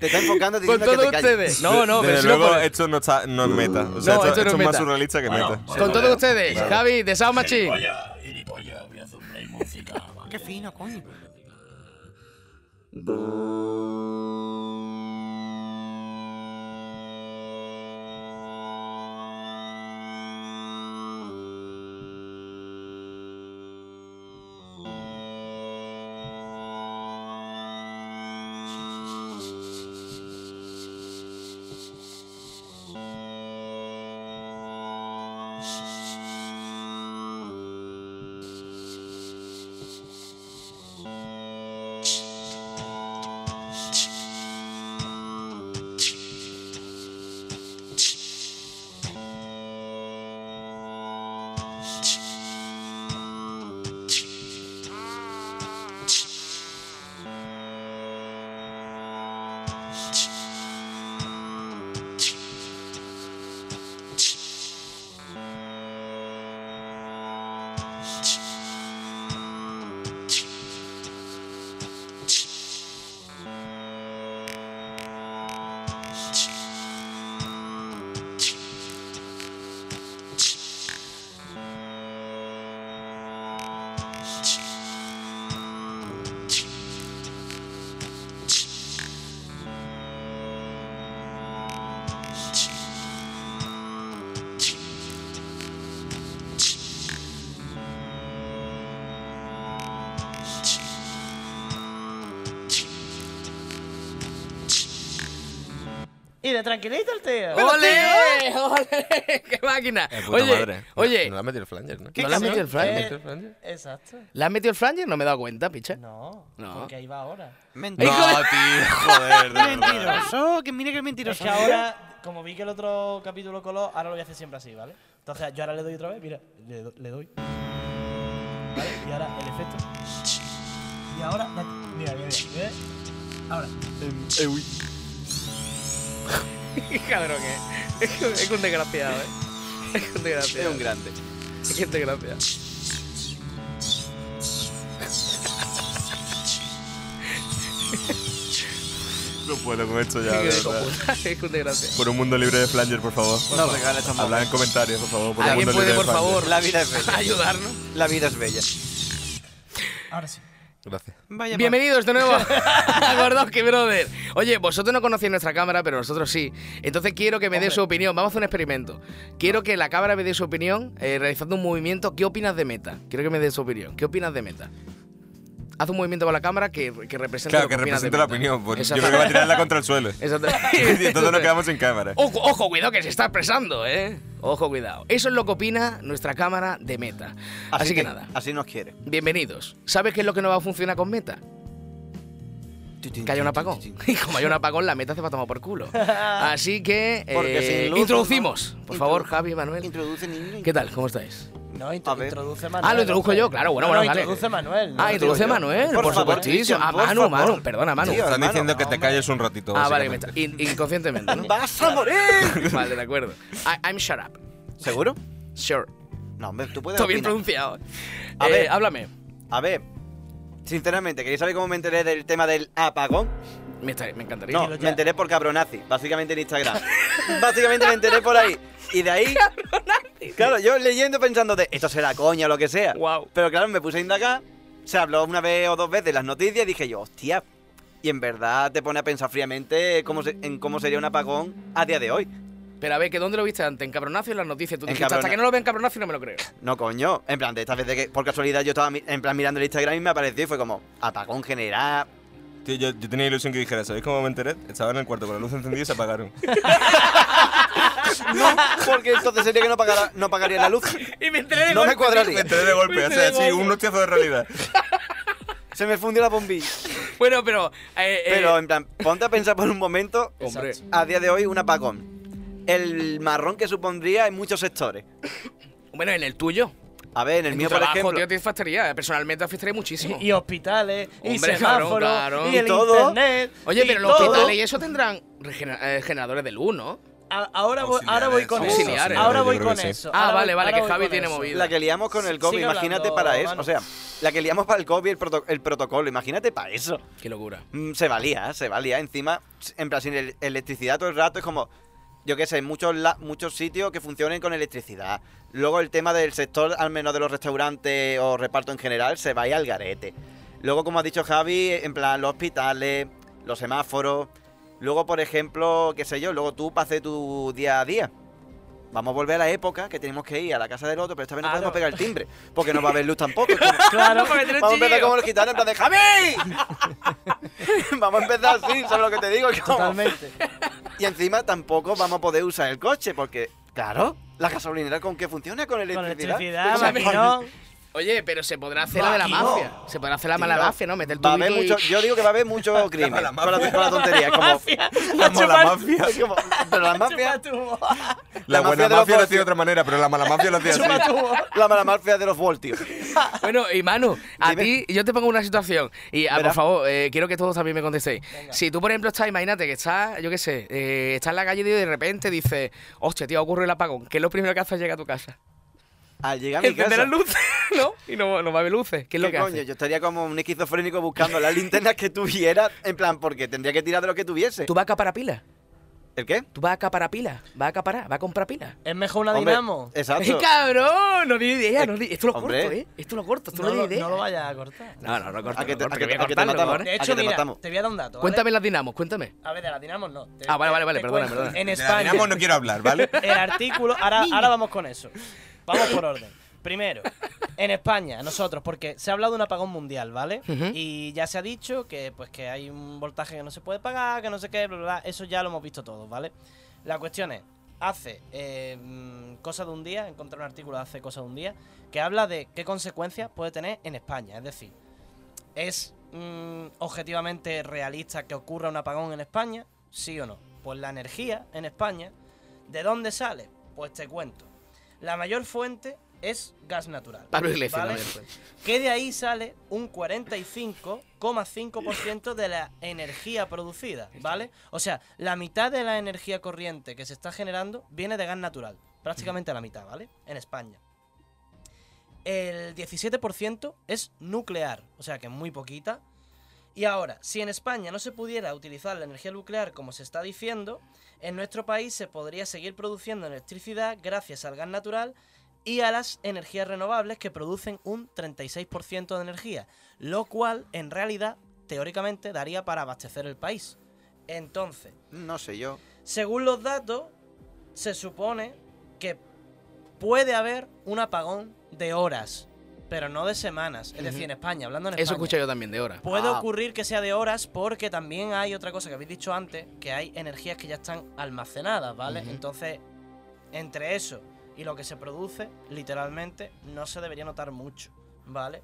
[SPEAKER 3] Te está enfocando
[SPEAKER 2] Con
[SPEAKER 3] diciendo que
[SPEAKER 2] todos
[SPEAKER 3] te calles.
[SPEAKER 2] ustedes. No, no,
[SPEAKER 1] Desde
[SPEAKER 2] pero si no
[SPEAKER 1] luego,
[SPEAKER 2] pones-
[SPEAKER 1] esto no, está, no es meta. O sea,
[SPEAKER 2] No,
[SPEAKER 1] esto,
[SPEAKER 2] esto no
[SPEAKER 1] esto
[SPEAKER 2] es
[SPEAKER 1] es más
[SPEAKER 2] meta.
[SPEAKER 1] surrealista que meta.
[SPEAKER 2] Con todos ustedes. Javi, de Sao Machi.
[SPEAKER 6] Gilipollas, gilipollas, voy a hacer un play música. Qué fino, coño.
[SPEAKER 4] Y de tranquilito el tío.
[SPEAKER 2] ¡Ole! ¡Ole! ¡Qué máquina!
[SPEAKER 1] Eh, puta
[SPEAKER 2] Oye,
[SPEAKER 1] madre.
[SPEAKER 2] oye.
[SPEAKER 1] No le has metido el flanger, ¿no?
[SPEAKER 2] ¿No le has metido el
[SPEAKER 4] Eh,
[SPEAKER 2] flanger?
[SPEAKER 4] Exacto.
[SPEAKER 2] ¿Le has metido el flanger? No me he dado cuenta, picha.
[SPEAKER 4] No,
[SPEAKER 2] No.
[SPEAKER 4] porque ahí va ahora.
[SPEAKER 3] Mentira.
[SPEAKER 1] tío, joder, de verdad.
[SPEAKER 6] Mentiroso, que mire que es
[SPEAKER 4] Es
[SPEAKER 6] mentiroso.
[SPEAKER 4] que ahora, como vi que el otro capítulo coló, ahora lo voy a hacer siempre así, ¿vale? Entonces yo ahora le doy otra vez, mira, le, do- le doy. ¿Vale? Y ahora el efecto. Y ahora, date. mira, mira, mira. ¿eh? Ahora.
[SPEAKER 2] Qué cabrón que es. Es un- Es un desgraciado, eh. Es un
[SPEAKER 3] Es
[SPEAKER 2] desgraciado.
[SPEAKER 3] un grande.
[SPEAKER 2] Es un desgraciado.
[SPEAKER 1] No puedo con esto ya. de
[SPEAKER 2] Qué hijo
[SPEAKER 1] verdad.
[SPEAKER 2] puta, es un desgraciado.
[SPEAKER 1] Por un mundo libre de Flanger, por favor.
[SPEAKER 3] Por favor, regala estos
[SPEAKER 1] Habla en
[SPEAKER 3] momentos.
[SPEAKER 1] comentarios, por favor. Por un
[SPEAKER 2] ¿Alguien
[SPEAKER 1] mundo
[SPEAKER 2] puede,
[SPEAKER 1] libre de
[SPEAKER 2] por
[SPEAKER 1] Flanger.
[SPEAKER 2] favor,
[SPEAKER 3] La vida es bella.
[SPEAKER 2] ayudarnos?
[SPEAKER 3] La vida es bella.
[SPEAKER 4] Ahora sí.
[SPEAKER 1] Gracias.
[SPEAKER 3] Vaya
[SPEAKER 2] Bienvenidos de nuevo a Gordoski Brother. Oye, vosotros no conocéis nuestra cámara, pero nosotros sí. Entonces quiero que me dé su opinión. Vamos a hacer un experimento. Quiero que la cámara me dé su opinión eh, realizando un movimiento. ¿Qué opinas de Meta? Quiero que me dé su opinión. ¿Qué opinas de Meta? Haz un movimiento con la cámara que, que represente
[SPEAKER 1] Claro,
[SPEAKER 2] lo
[SPEAKER 1] que
[SPEAKER 2] opinas de
[SPEAKER 1] represente la
[SPEAKER 2] Meta.
[SPEAKER 1] opinión. pues, yo
[SPEAKER 2] Exacto.
[SPEAKER 1] creo que va a tirarla contra el suelo.
[SPEAKER 2] Exactamente.
[SPEAKER 1] Y entonces nos quedamos sin cámara.
[SPEAKER 2] Ojo, ojo, cuidado que se está expresando, ¿eh? Ojo, cuidado. Eso es lo que opina nuestra cámara de Meta. Así, que, nada,
[SPEAKER 3] Así nos quiere.
[SPEAKER 2] bienvenidos. ¿Sabes qué es lo que no va a funcionar con Meta? Que haya un apagón. Y como hay un apagón, la meta se va a tomar por culo. Así que
[SPEAKER 3] Porque
[SPEAKER 2] eh,
[SPEAKER 3] sin luz,
[SPEAKER 2] introducimos,
[SPEAKER 3] ¿no?
[SPEAKER 2] por favor,
[SPEAKER 3] Introdu-
[SPEAKER 2] Javi, Manuel.
[SPEAKER 3] Introduce niño.
[SPEAKER 2] ¿Qué tal? ¿Cómo estáis?
[SPEAKER 4] No,
[SPEAKER 3] A ver.
[SPEAKER 4] intro- introduce Manuel.
[SPEAKER 2] ah, lo introdujo yo,
[SPEAKER 4] hombre.
[SPEAKER 2] claro. Bueno,
[SPEAKER 4] No,
[SPEAKER 2] bueno,
[SPEAKER 4] no,
[SPEAKER 2] vale.
[SPEAKER 4] introduce Manuel. no
[SPEAKER 2] ah,
[SPEAKER 4] lo
[SPEAKER 2] introduce
[SPEAKER 4] digo yo.
[SPEAKER 2] Manuel, por,
[SPEAKER 3] Por favor,
[SPEAKER 2] supuestísimo.
[SPEAKER 3] Cristian,
[SPEAKER 2] Ah,
[SPEAKER 3] por
[SPEAKER 2] Manu,
[SPEAKER 3] favor.
[SPEAKER 2] Manu, perdona, Manu.
[SPEAKER 3] Tío,
[SPEAKER 1] Están
[SPEAKER 3] hermano,
[SPEAKER 1] diciendo que
[SPEAKER 4] no,
[SPEAKER 1] te
[SPEAKER 4] hombre.
[SPEAKER 1] calles un ratito.
[SPEAKER 2] ah, vale, me
[SPEAKER 1] básicamente.
[SPEAKER 2] está- in- inconscientemente, ¿no?
[SPEAKER 3] ¡Vas a morir!
[SPEAKER 2] vale, de acuerdo. I- I'm shut up.
[SPEAKER 3] ¿Seguro?
[SPEAKER 2] Sure.
[SPEAKER 3] No, hombre, tú puedes
[SPEAKER 2] Todo bien
[SPEAKER 3] opinar.
[SPEAKER 2] pronunciado.
[SPEAKER 3] A
[SPEAKER 2] Eh,
[SPEAKER 3] ver.
[SPEAKER 2] háblame.
[SPEAKER 3] A ver, sinceramente, ¿queréis saber cómo me enteré del tema del apagón?
[SPEAKER 2] Me, está- me encantaría.
[SPEAKER 3] No,
[SPEAKER 4] Dilo ya.
[SPEAKER 3] me enteré por cabronazi, básicamente en Instagram. básicamente me enteré por ahí. Y de ahí, claro, yo leyendo pensando de esto será coña o lo que sea.
[SPEAKER 2] Guau.
[SPEAKER 3] Pero claro, me puse a indagar, se habló una vez o dos veces en las noticias y dije yo, hostia. Y en verdad te pone a pensar fríamente cómo se- en cómo sería un apagón a día de hoy.
[SPEAKER 2] Pero a ver, ¿que ¿dónde lo viste antes? En Cabronacio en las noticias. Tú
[SPEAKER 3] En
[SPEAKER 2] dijiste, hasta
[SPEAKER 3] Cabrona-
[SPEAKER 2] que no lo vean Cabronacio no me lo creo.
[SPEAKER 3] No, coño. En plan, de estas veces que por casualidad yo estaba mi- en plan mirando el Instagram y me apareció y fue como, apagón general.
[SPEAKER 1] Tío, yo, yo tenía ilusión que dijera, ¿sabéis cómo me enteré? Estaba en el cuarto con la luz encendida y se apagaron.
[SPEAKER 3] No, porque entonces sería que no pagara, no pagaría la luz.
[SPEAKER 2] Y me enteré de
[SPEAKER 3] No me
[SPEAKER 2] golpe,
[SPEAKER 3] cuadraría.
[SPEAKER 1] Me enteré de golpe, o sea, sí, un hostiazo de realidad.
[SPEAKER 3] Se me fundió la bombilla.
[SPEAKER 2] tío. Bueno, pero. eh, eh,
[SPEAKER 3] Pero en plan, ponte a pensar por un momento,
[SPEAKER 2] Hombre.
[SPEAKER 3] a día de hoy, un apagón. El marrón que supondría en muchos sectores.
[SPEAKER 2] Bueno, en el tuyo.
[SPEAKER 3] A ver, en el
[SPEAKER 2] En
[SPEAKER 3] mío,
[SPEAKER 2] tu
[SPEAKER 3] por
[SPEAKER 2] trabajo,
[SPEAKER 3] ejemplo.
[SPEAKER 2] tío, te fastidiaría. Personalmente fastidiaría muchísimo.
[SPEAKER 4] Y, y hospitales, y
[SPEAKER 2] Hombre,
[SPEAKER 4] semáforos,
[SPEAKER 2] cabrón, claro.
[SPEAKER 4] y el
[SPEAKER 3] Y todo.
[SPEAKER 4] internet.
[SPEAKER 2] Oye,
[SPEAKER 4] y
[SPEAKER 2] pero los
[SPEAKER 4] todo.
[SPEAKER 2] hospitales y eso tendrán regena- eh, generadores de luz, ¿no?
[SPEAKER 4] A- Ahora voy, ahora voy con
[SPEAKER 2] Auxiliares,
[SPEAKER 4] eso.
[SPEAKER 2] auxiliares,
[SPEAKER 4] Ahora
[SPEAKER 1] yo
[SPEAKER 4] voy
[SPEAKER 1] creo que
[SPEAKER 4] con
[SPEAKER 1] sí.
[SPEAKER 4] eso.
[SPEAKER 2] Ah,
[SPEAKER 4] ahora
[SPEAKER 2] vale,
[SPEAKER 4] voy-
[SPEAKER 2] vale,
[SPEAKER 4] ahora
[SPEAKER 2] que
[SPEAKER 4] voy
[SPEAKER 2] Javi
[SPEAKER 4] con
[SPEAKER 2] tiene
[SPEAKER 4] eso.
[SPEAKER 2] movida.
[SPEAKER 3] La que liamos con el COVID,
[SPEAKER 4] Sigue
[SPEAKER 3] imagínate
[SPEAKER 4] hablando,
[SPEAKER 3] para eso.
[SPEAKER 4] Manu.
[SPEAKER 3] O sea, la que liamos para el COVID, el, proto- el protocolo, imagínate para eso.
[SPEAKER 2] Qué locura.
[SPEAKER 3] Mm, Se valía, se valía. Encima, en plan, sin el- electricidad todo el rato es como, yo qué sé, muchos, la- muchos sitios que funcionen con electricidad. Luego el tema del sector, al menos de los restaurantes o reparto en general, se va ahí al garete. Luego, como ha dicho Javi, en plan, los hospitales, los semáforos. Luego, por ejemplo, qué sé yo, luego tú pase tu día a día. Vamos a volver a la época que tenemos que ir a la casa del otro, pero esta vez no
[SPEAKER 4] Claro.
[SPEAKER 3] podemos pegar el timbre, porque no va a haber luz tampoco. Es como-
[SPEAKER 4] Claro,
[SPEAKER 2] para meter el
[SPEAKER 3] Vamos a empezar
[SPEAKER 2] chilleo.
[SPEAKER 3] como los gitanos en plan de ¡Javi! vamos a empezar así, ¿sabes lo que te digo? Que como-
[SPEAKER 4] totalmente.
[SPEAKER 3] Y encima tampoco vamos a poder usar el coche porque, claro, la gasolinera con que funciona con
[SPEAKER 4] Con
[SPEAKER 3] electricidad.
[SPEAKER 4] electricidad,
[SPEAKER 3] O sea,
[SPEAKER 4] maquinón.
[SPEAKER 2] Oye, pero se podrá hacer la de la
[SPEAKER 3] Máquina.
[SPEAKER 2] mafia. Se podrá hacer la mala
[SPEAKER 3] Tío,
[SPEAKER 2] mafia, ¿no? Meter el
[SPEAKER 3] va a haber
[SPEAKER 2] tubito y-
[SPEAKER 3] mucho, yo digo que va a haber mucho crimen
[SPEAKER 1] mala
[SPEAKER 3] con la,
[SPEAKER 1] mafia.
[SPEAKER 3] con la tontería. es Como,
[SPEAKER 1] Como la mafia.
[SPEAKER 3] es como- pero la mafia,
[SPEAKER 4] Chupa tu-
[SPEAKER 1] La
[SPEAKER 3] mafia
[SPEAKER 1] buena
[SPEAKER 3] de
[SPEAKER 1] mafia
[SPEAKER 3] los
[SPEAKER 1] lo hacía
[SPEAKER 3] socios.
[SPEAKER 1] de otra manera, pero la mala mafia lo hacía
[SPEAKER 4] chupa
[SPEAKER 1] así.
[SPEAKER 4] tu-
[SPEAKER 3] la mala mafia de los voltios.
[SPEAKER 2] Bueno, y Manu, a ti
[SPEAKER 3] Dime.
[SPEAKER 2] yo te pongo una situación. Y ah, por
[SPEAKER 3] Verá.
[SPEAKER 2] favor, eh, quiero que todos también me contestéis. Si tú, por ejemplo, estás, imagínate que estás, yo qué sé, eh, estás en la calle y de repente dices, hostia, tío, ocurre el apagón. ¿Qué es lo primero que haces al llegar a tu casa?
[SPEAKER 3] Al llegar a mi
[SPEAKER 2] Encender
[SPEAKER 3] casa,
[SPEAKER 2] las luces, ¿no? Y no, no va a haber luces. ¿Qué es lo
[SPEAKER 3] ¿Qué
[SPEAKER 2] que
[SPEAKER 3] coño?
[SPEAKER 2] haces?
[SPEAKER 3] Yo estaría como un esquizofrénico buscando las linternas que tuviera, en plan, porque tendría que tirar de lo que tuviese.
[SPEAKER 2] ¿Tú vas a acaparar pilas?
[SPEAKER 3] ¿El qué?
[SPEAKER 2] ¿Tú vas a acaparar pilas? ¿Vas a acaparar? ¿Vas a comprar pilas?
[SPEAKER 4] Es mejor una
[SPEAKER 3] Hombre,
[SPEAKER 4] dinamo.
[SPEAKER 3] Exacto.
[SPEAKER 2] ¡Eh, cabrón! No tiene idea, no tiene- Esto lo
[SPEAKER 3] Hombre.
[SPEAKER 2] corto, ¿eh? Esto lo corto, esto no,
[SPEAKER 4] No lo,
[SPEAKER 2] tiene idea.
[SPEAKER 4] no lo vaya a cortar.
[SPEAKER 2] No, no, no corto,
[SPEAKER 3] ¿A que
[SPEAKER 2] no
[SPEAKER 3] te-
[SPEAKER 2] corto,
[SPEAKER 3] a que
[SPEAKER 2] voy a
[SPEAKER 3] te- a que te
[SPEAKER 2] cortarlo,
[SPEAKER 3] matamos?
[SPEAKER 2] cabrón.
[SPEAKER 4] De
[SPEAKER 3] ¿A que
[SPEAKER 4] hecho,
[SPEAKER 3] te
[SPEAKER 4] mira,
[SPEAKER 3] matamos?
[SPEAKER 4] te voy a dar un dato. ¿vale?
[SPEAKER 2] Cuéntame las dinamos, cuéntame.
[SPEAKER 4] A ver, de las dinamos no. Te-
[SPEAKER 2] Ah, vale,
[SPEAKER 4] te-
[SPEAKER 2] vale, vale,
[SPEAKER 4] te
[SPEAKER 2] perdona,
[SPEAKER 4] cuento.
[SPEAKER 2] perdona.
[SPEAKER 4] En
[SPEAKER 1] De la
[SPEAKER 4] España.
[SPEAKER 1] Dinamo no quiero hablar, ¿vale?
[SPEAKER 4] El artículo, ahora, ahora vamos con eso. Vamos por orden. Primero, en España, nosotros, porque se ha hablado de un apagón mundial, ¿vale?
[SPEAKER 2] Ujú.
[SPEAKER 4] Y ya se ha dicho que pues que hay un voltaje que no se puede pagar, que no sé qué, bla, bla, bla. Eso ya lo hemos visto todos, ¿vale? La cuestión es, hace eh, mm, cosa de un día, encontré un artículo de hace cosa de un día, que habla de qué consecuencias puede tener en España. Es decir, ¿Es mm, objetivamente realista que ocurra un apagón en España? ¿Sí o no? Pues la energía en España, ¿de dónde sale? Pues te cuento. La mayor fuente es gas natural.
[SPEAKER 2] Pablo Iglesias,
[SPEAKER 4] ¿vale?
[SPEAKER 2] la mayor fuente.
[SPEAKER 4] Que de ahí sale un 45,5% de la energía producida, ¿vale? O sea, la mitad de la energía corriente que se está generando viene de gas natural. Prácticamente la mitad, ¿vale? En España el 17% es nuclear, o sea que muy poquita. Y ahora, si en España no se pudiera utilizar la energía nuclear como se está diciendo, en nuestro país se podría seguir produciendo electricidad gracias al gas natural y a las energías renovables que producen un 36% de energía, lo cual en realidad, teóricamente, daría para abastecer el país. Entonces,
[SPEAKER 3] No sé yo.
[SPEAKER 4] según los datos, se supone que puede haber un apagón de horas, pero no de semanas. Es decir, en España, hablando en España.
[SPEAKER 2] Eso escucho yo también de hora.
[SPEAKER 4] Puede
[SPEAKER 3] Ah.
[SPEAKER 4] ocurrir que sea de horas porque también hay otra cosa que habéis dicho antes, que hay energías que ya están almacenadas, ¿vale?
[SPEAKER 2] Ujú.
[SPEAKER 4] Entonces, entre eso y lo que se produce, literalmente, no se debería notar mucho, ¿vale?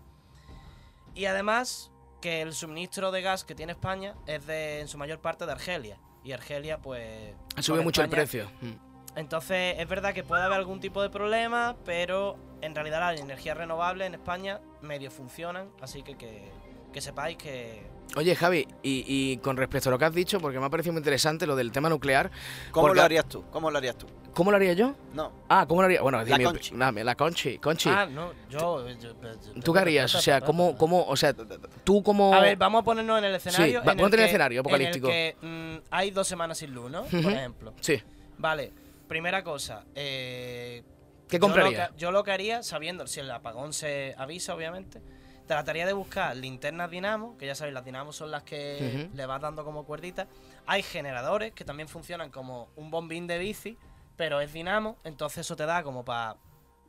[SPEAKER 4] Y además que el suministro de gas que tiene España es de, en su mayor parte de Argelia. Y Argelia, pues...
[SPEAKER 2] Ha subido
[SPEAKER 4] con
[SPEAKER 2] mucho el
[SPEAKER 4] España-
[SPEAKER 2] precio. Mm.
[SPEAKER 4] Entonces, es verdad que puede haber algún tipo de problema, pero en realidad las energías renovables en España medio funcionan, así que que, que sepáis que...
[SPEAKER 2] Oye, Javi, y, y con respecto a lo que has dicho, porque me ha parecido muy interesante lo del tema nuclear,
[SPEAKER 3] ¿Cómo
[SPEAKER 2] Porque-
[SPEAKER 3] lo harías tú? ¿ómo lo harías tú?
[SPEAKER 2] ¿cómo lo haría yo?
[SPEAKER 3] No.
[SPEAKER 2] Ah, ¿cómo lo haría? Bueno,
[SPEAKER 3] La
[SPEAKER 2] dime,
[SPEAKER 3] Conchi.
[SPEAKER 2] nada, la conchi, conchi.
[SPEAKER 4] Ah, no, yo... yo- yo-
[SPEAKER 2] ¿Tú qué harías? O sea, ¿cómo, cómo, o sea, tú como...
[SPEAKER 4] A ver, vamos a ponernos en el escenario...
[SPEAKER 2] va-
[SPEAKER 4] en
[SPEAKER 2] ponte en el
[SPEAKER 4] que-
[SPEAKER 2] escenario apocalíptico.
[SPEAKER 4] En el que mm, hay dos semanas sin luz, ¿no?
[SPEAKER 2] Ujú.
[SPEAKER 4] Por ejemplo.
[SPEAKER 2] Sí.
[SPEAKER 4] Vale, primera cosa, eh,
[SPEAKER 2] ¿Qué
[SPEAKER 4] yo lo que-
[SPEAKER 2] comprarías?
[SPEAKER 4] Yo lo, que, haría, sabiendo si el apagón se avisa, obviamente, trataría de buscar linternas dinamo, que ya sabéis, las dinamo son las que
[SPEAKER 2] Ujú.
[SPEAKER 4] le vas dando como cuerdita. Hay generadores que también funcionan como un bombín de bici, pero es dinamo, entonces eso te da como para,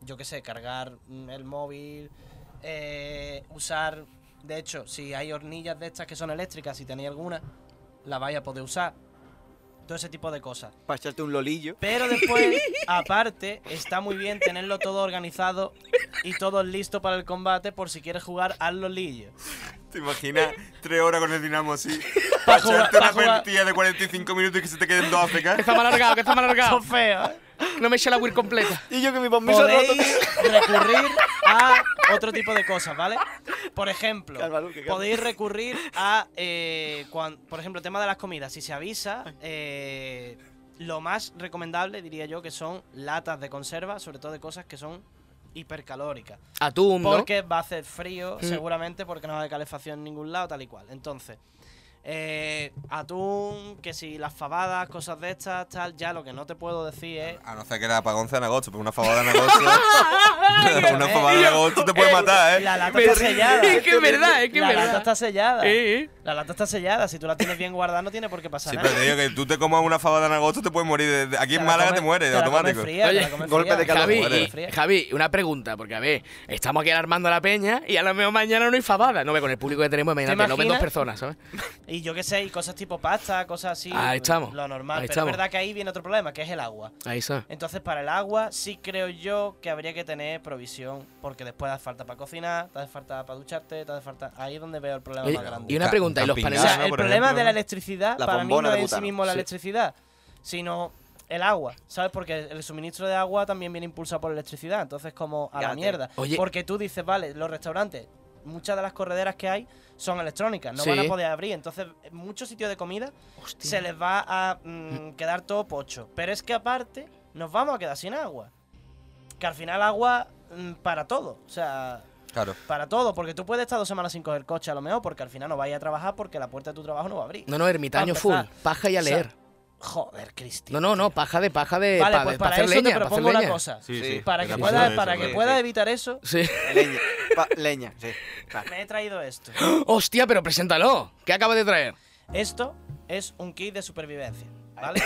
[SPEAKER 4] yo qué sé, cargar mm, el móvil, eh, usar. De hecho, si hay hornillas de estas que son eléctricas, si tenéis alguna, la vais a poder usar. Todo ese tipo de cosas.
[SPEAKER 3] Para echarte un lolillo.
[SPEAKER 4] Pero después, aparte, está muy bien tenerlo todo organizado y todo listo para el combate por si quieres jugar al lolillo.
[SPEAKER 1] ¿Te imaginas tres horas con el dinamo así?
[SPEAKER 4] Pa' jugar- echarte una pa' jugar.
[SPEAKER 1] partida de 45 minutos y que se te queden dos
[SPEAKER 2] Que
[SPEAKER 1] AFK.
[SPEAKER 2] está mal alargado, que está mal alargado.
[SPEAKER 4] Son feos, ¿eh?
[SPEAKER 2] No me eche la Wii completa.
[SPEAKER 3] Y yo que mi bombillo
[SPEAKER 4] Podéis recurrir a otro tipo de cosas, ¿vale? Por ejemplo,
[SPEAKER 3] Cálmalo, que calma.
[SPEAKER 4] podéis recurrir a, eh, cuan- por ejemplo, el tema de las comidas. Si se avisa, eh, lo más recomendable, diría yo, que son latas de conserva, sobre todo de cosas que son hipercalóricas.
[SPEAKER 2] Atún, ¿no?
[SPEAKER 4] Porque va a hacer frío, seguramente, porque no va a haber calefacción en ningún lado, tal y cual. Entonces, eh, atún, que si las fabadas, cosas de estas, tal, ya lo que no te puedo decir es.
[SPEAKER 1] A no ser que era apagón sea en agosto, pero una fabada en agosto. una fabada en agosto te puede
[SPEAKER 2] Eh,
[SPEAKER 1] matar, ¿eh?
[SPEAKER 4] La lata está sellada.
[SPEAKER 2] Es que es verdad, es que es
[SPEAKER 4] La lata
[SPEAKER 2] verdad.
[SPEAKER 4] está sellada.
[SPEAKER 2] Eh, eh.
[SPEAKER 4] La lata está sellada. Si tú la tienes bien guardada, no tiene por qué pasar
[SPEAKER 1] Sí,
[SPEAKER 4] nada.
[SPEAKER 1] pero te digo que tú te comas una fabada en agosto te puedes morir. de- de- Aquí
[SPEAKER 4] Te
[SPEAKER 1] en
[SPEAKER 4] la
[SPEAKER 1] Málaga
[SPEAKER 4] comes-
[SPEAKER 1] te mueres,
[SPEAKER 4] la comes
[SPEAKER 1] automático.
[SPEAKER 4] fría, te la
[SPEAKER 2] Oye,
[SPEAKER 4] comes
[SPEAKER 3] golpe
[SPEAKER 4] fría,
[SPEAKER 3] de
[SPEAKER 4] te la
[SPEAKER 3] calor,
[SPEAKER 2] Javi,
[SPEAKER 4] comes
[SPEAKER 1] vale.
[SPEAKER 2] y-
[SPEAKER 4] fría.
[SPEAKER 2] Javi, una pregunta, porque a ver, estamos aquí alarmando a la peña y a lo mejor mañana no hay fabada. No ve con el público que tenemos, imagínate, no ven dos
[SPEAKER 4] imaginas?
[SPEAKER 2] personas, ¿sabes?
[SPEAKER 4] Y yo qué sé, y cosas tipo pasta, cosas así.
[SPEAKER 2] Ahí estamos,
[SPEAKER 4] Lo normal.
[SPEAKER 2] ahí
[SPEAKER 4] pero
[SPEAKER 2] estamos.
[SPEAKER 4] es verdad que ahí viene otro problema, que es el agua.
[SPEAKER 2] Ahí está.
[SPEAKER 4] Entonces, para el agua, sí creo yo que habría que tener provisión, porque después hace falta para cocinar, te hace falta para ducharte, te hace falta. Ahí es donde veo el problema
[SPEAKER 2] Oye,
[SPEAKER 4] más grande.
[SPEAKER 2] y una
[SPEAKER 1] Ca-
[SPEAKER 2] pregunta, ¿y los
[SPEAKER 1] camping
[SPEAKER 4] O
[SPEAKER 1] gas,
[SPEAKER 2] paneles?
[SPEAKER 4] sea,
[SPEAKER 1] ¿no?
[SPEAKER 4] el
[SPEAKER 1] Por
[SPEAKER 4] problema
[SPEAKER 1] ejemplo,
[SPEAKER 4] de la
[SPEAKER 1] ¿no?
[SPEAKER 4] electricidad
[SPEAKER 3] La
[SPEAKER 4] para mí
[SPEAKER 3] bombona
[SPEAKER 4] no
[SPEAKER 3] de
[SPEAKER 4] es en sí
[SPEAKER 3] butano.
[SPEAKER 4] mismo la
[SPEAKER 2] Sí.
[SPEAKER 4] electricidad, sino el agua, ¿sabes? Porque el suministro de agua también viene impulsado por electricidad, entonces como a la
[SPEAKER 3] Gate.
[SPEAKER 4] mierda.
[SPEAKER 2] Oye.
[SPEAKER 4] Porque tú dices, vale, los restaurantes, muchas de las correderas que hay son electrónicas, no van a
[SPEAKER 2] Sí.
[SPEAKER 4] poder abrir, entonces en muchos sitios de comida se les va a mm, quedar todo pocho. Pero es que aparte nos vamos a quedar sin agua. Que al final agua mm, para todo, o sea...
[SPEAKER 1] Claro.
[SPEAKER 4] Para todo, porque tú puedes estar dos semanas sin coger coche a lo mejor, porque al final no vayas a trabajar porque la puerta de tu trabajo no va a abrir.
[SPEAKER 2] No, no, ermitaño
[SPEAKER 4] Pa'
[SPEAKER 2] full,
[SPEAKER 4] empezar.
[SPEAKER 2] paja y a
[SPEAKER 4] O sea,
[SPEAKER 2] leer.
[SPEAKER 4] Joder, Cristi.
[SPEAKER 2] No, no, no, paja de paja de
[SPEAKER 4] Vale,
[SPEAKER 2] pa-
[SPEAKER 4] pues
[SPEAKER 2] de- pa'
[SPEAKER 4] para
[SPEAKER 2] hacer
[SPEAKER 4] eso
[SPEAKER 2] leña,
[SPEAKER 4] te
[SPEAKER 2] pa' hacer
[SPEAKER 4] propongo una
[SPEAKER 2] leña.
[SPEAKER 4] cosa.
[SPEAKER 1] Sí,
[SPEAKER 3] Sí,
[SPEAKER 1] sí.
[SPEAKER 4] Para
[SPEAKER 1] era
[SPEAKER 4] que
[SPEAKER 1] por
[SPEAKER 4] puedas
[SPEAKER 1] eso,
[SPEAKER 4] para que
[SPEAKER 1] claro.
[SPEAKER 4] puedas
[SPEAKER 3] Sí.
[SPEAKER 4] evitar eso,
[SPEAKER 2] Sí.
[SPEAKER 3] Leña. Pa- leña, sí. claro.
[SPEAKER 4] me he traído esto.
[SPEAKER 2] Hostia, pero preséntalo. ¿Qué acaba de traer?
[SPEAKER 4] Esto es un kit de supervivencia, ¿vale?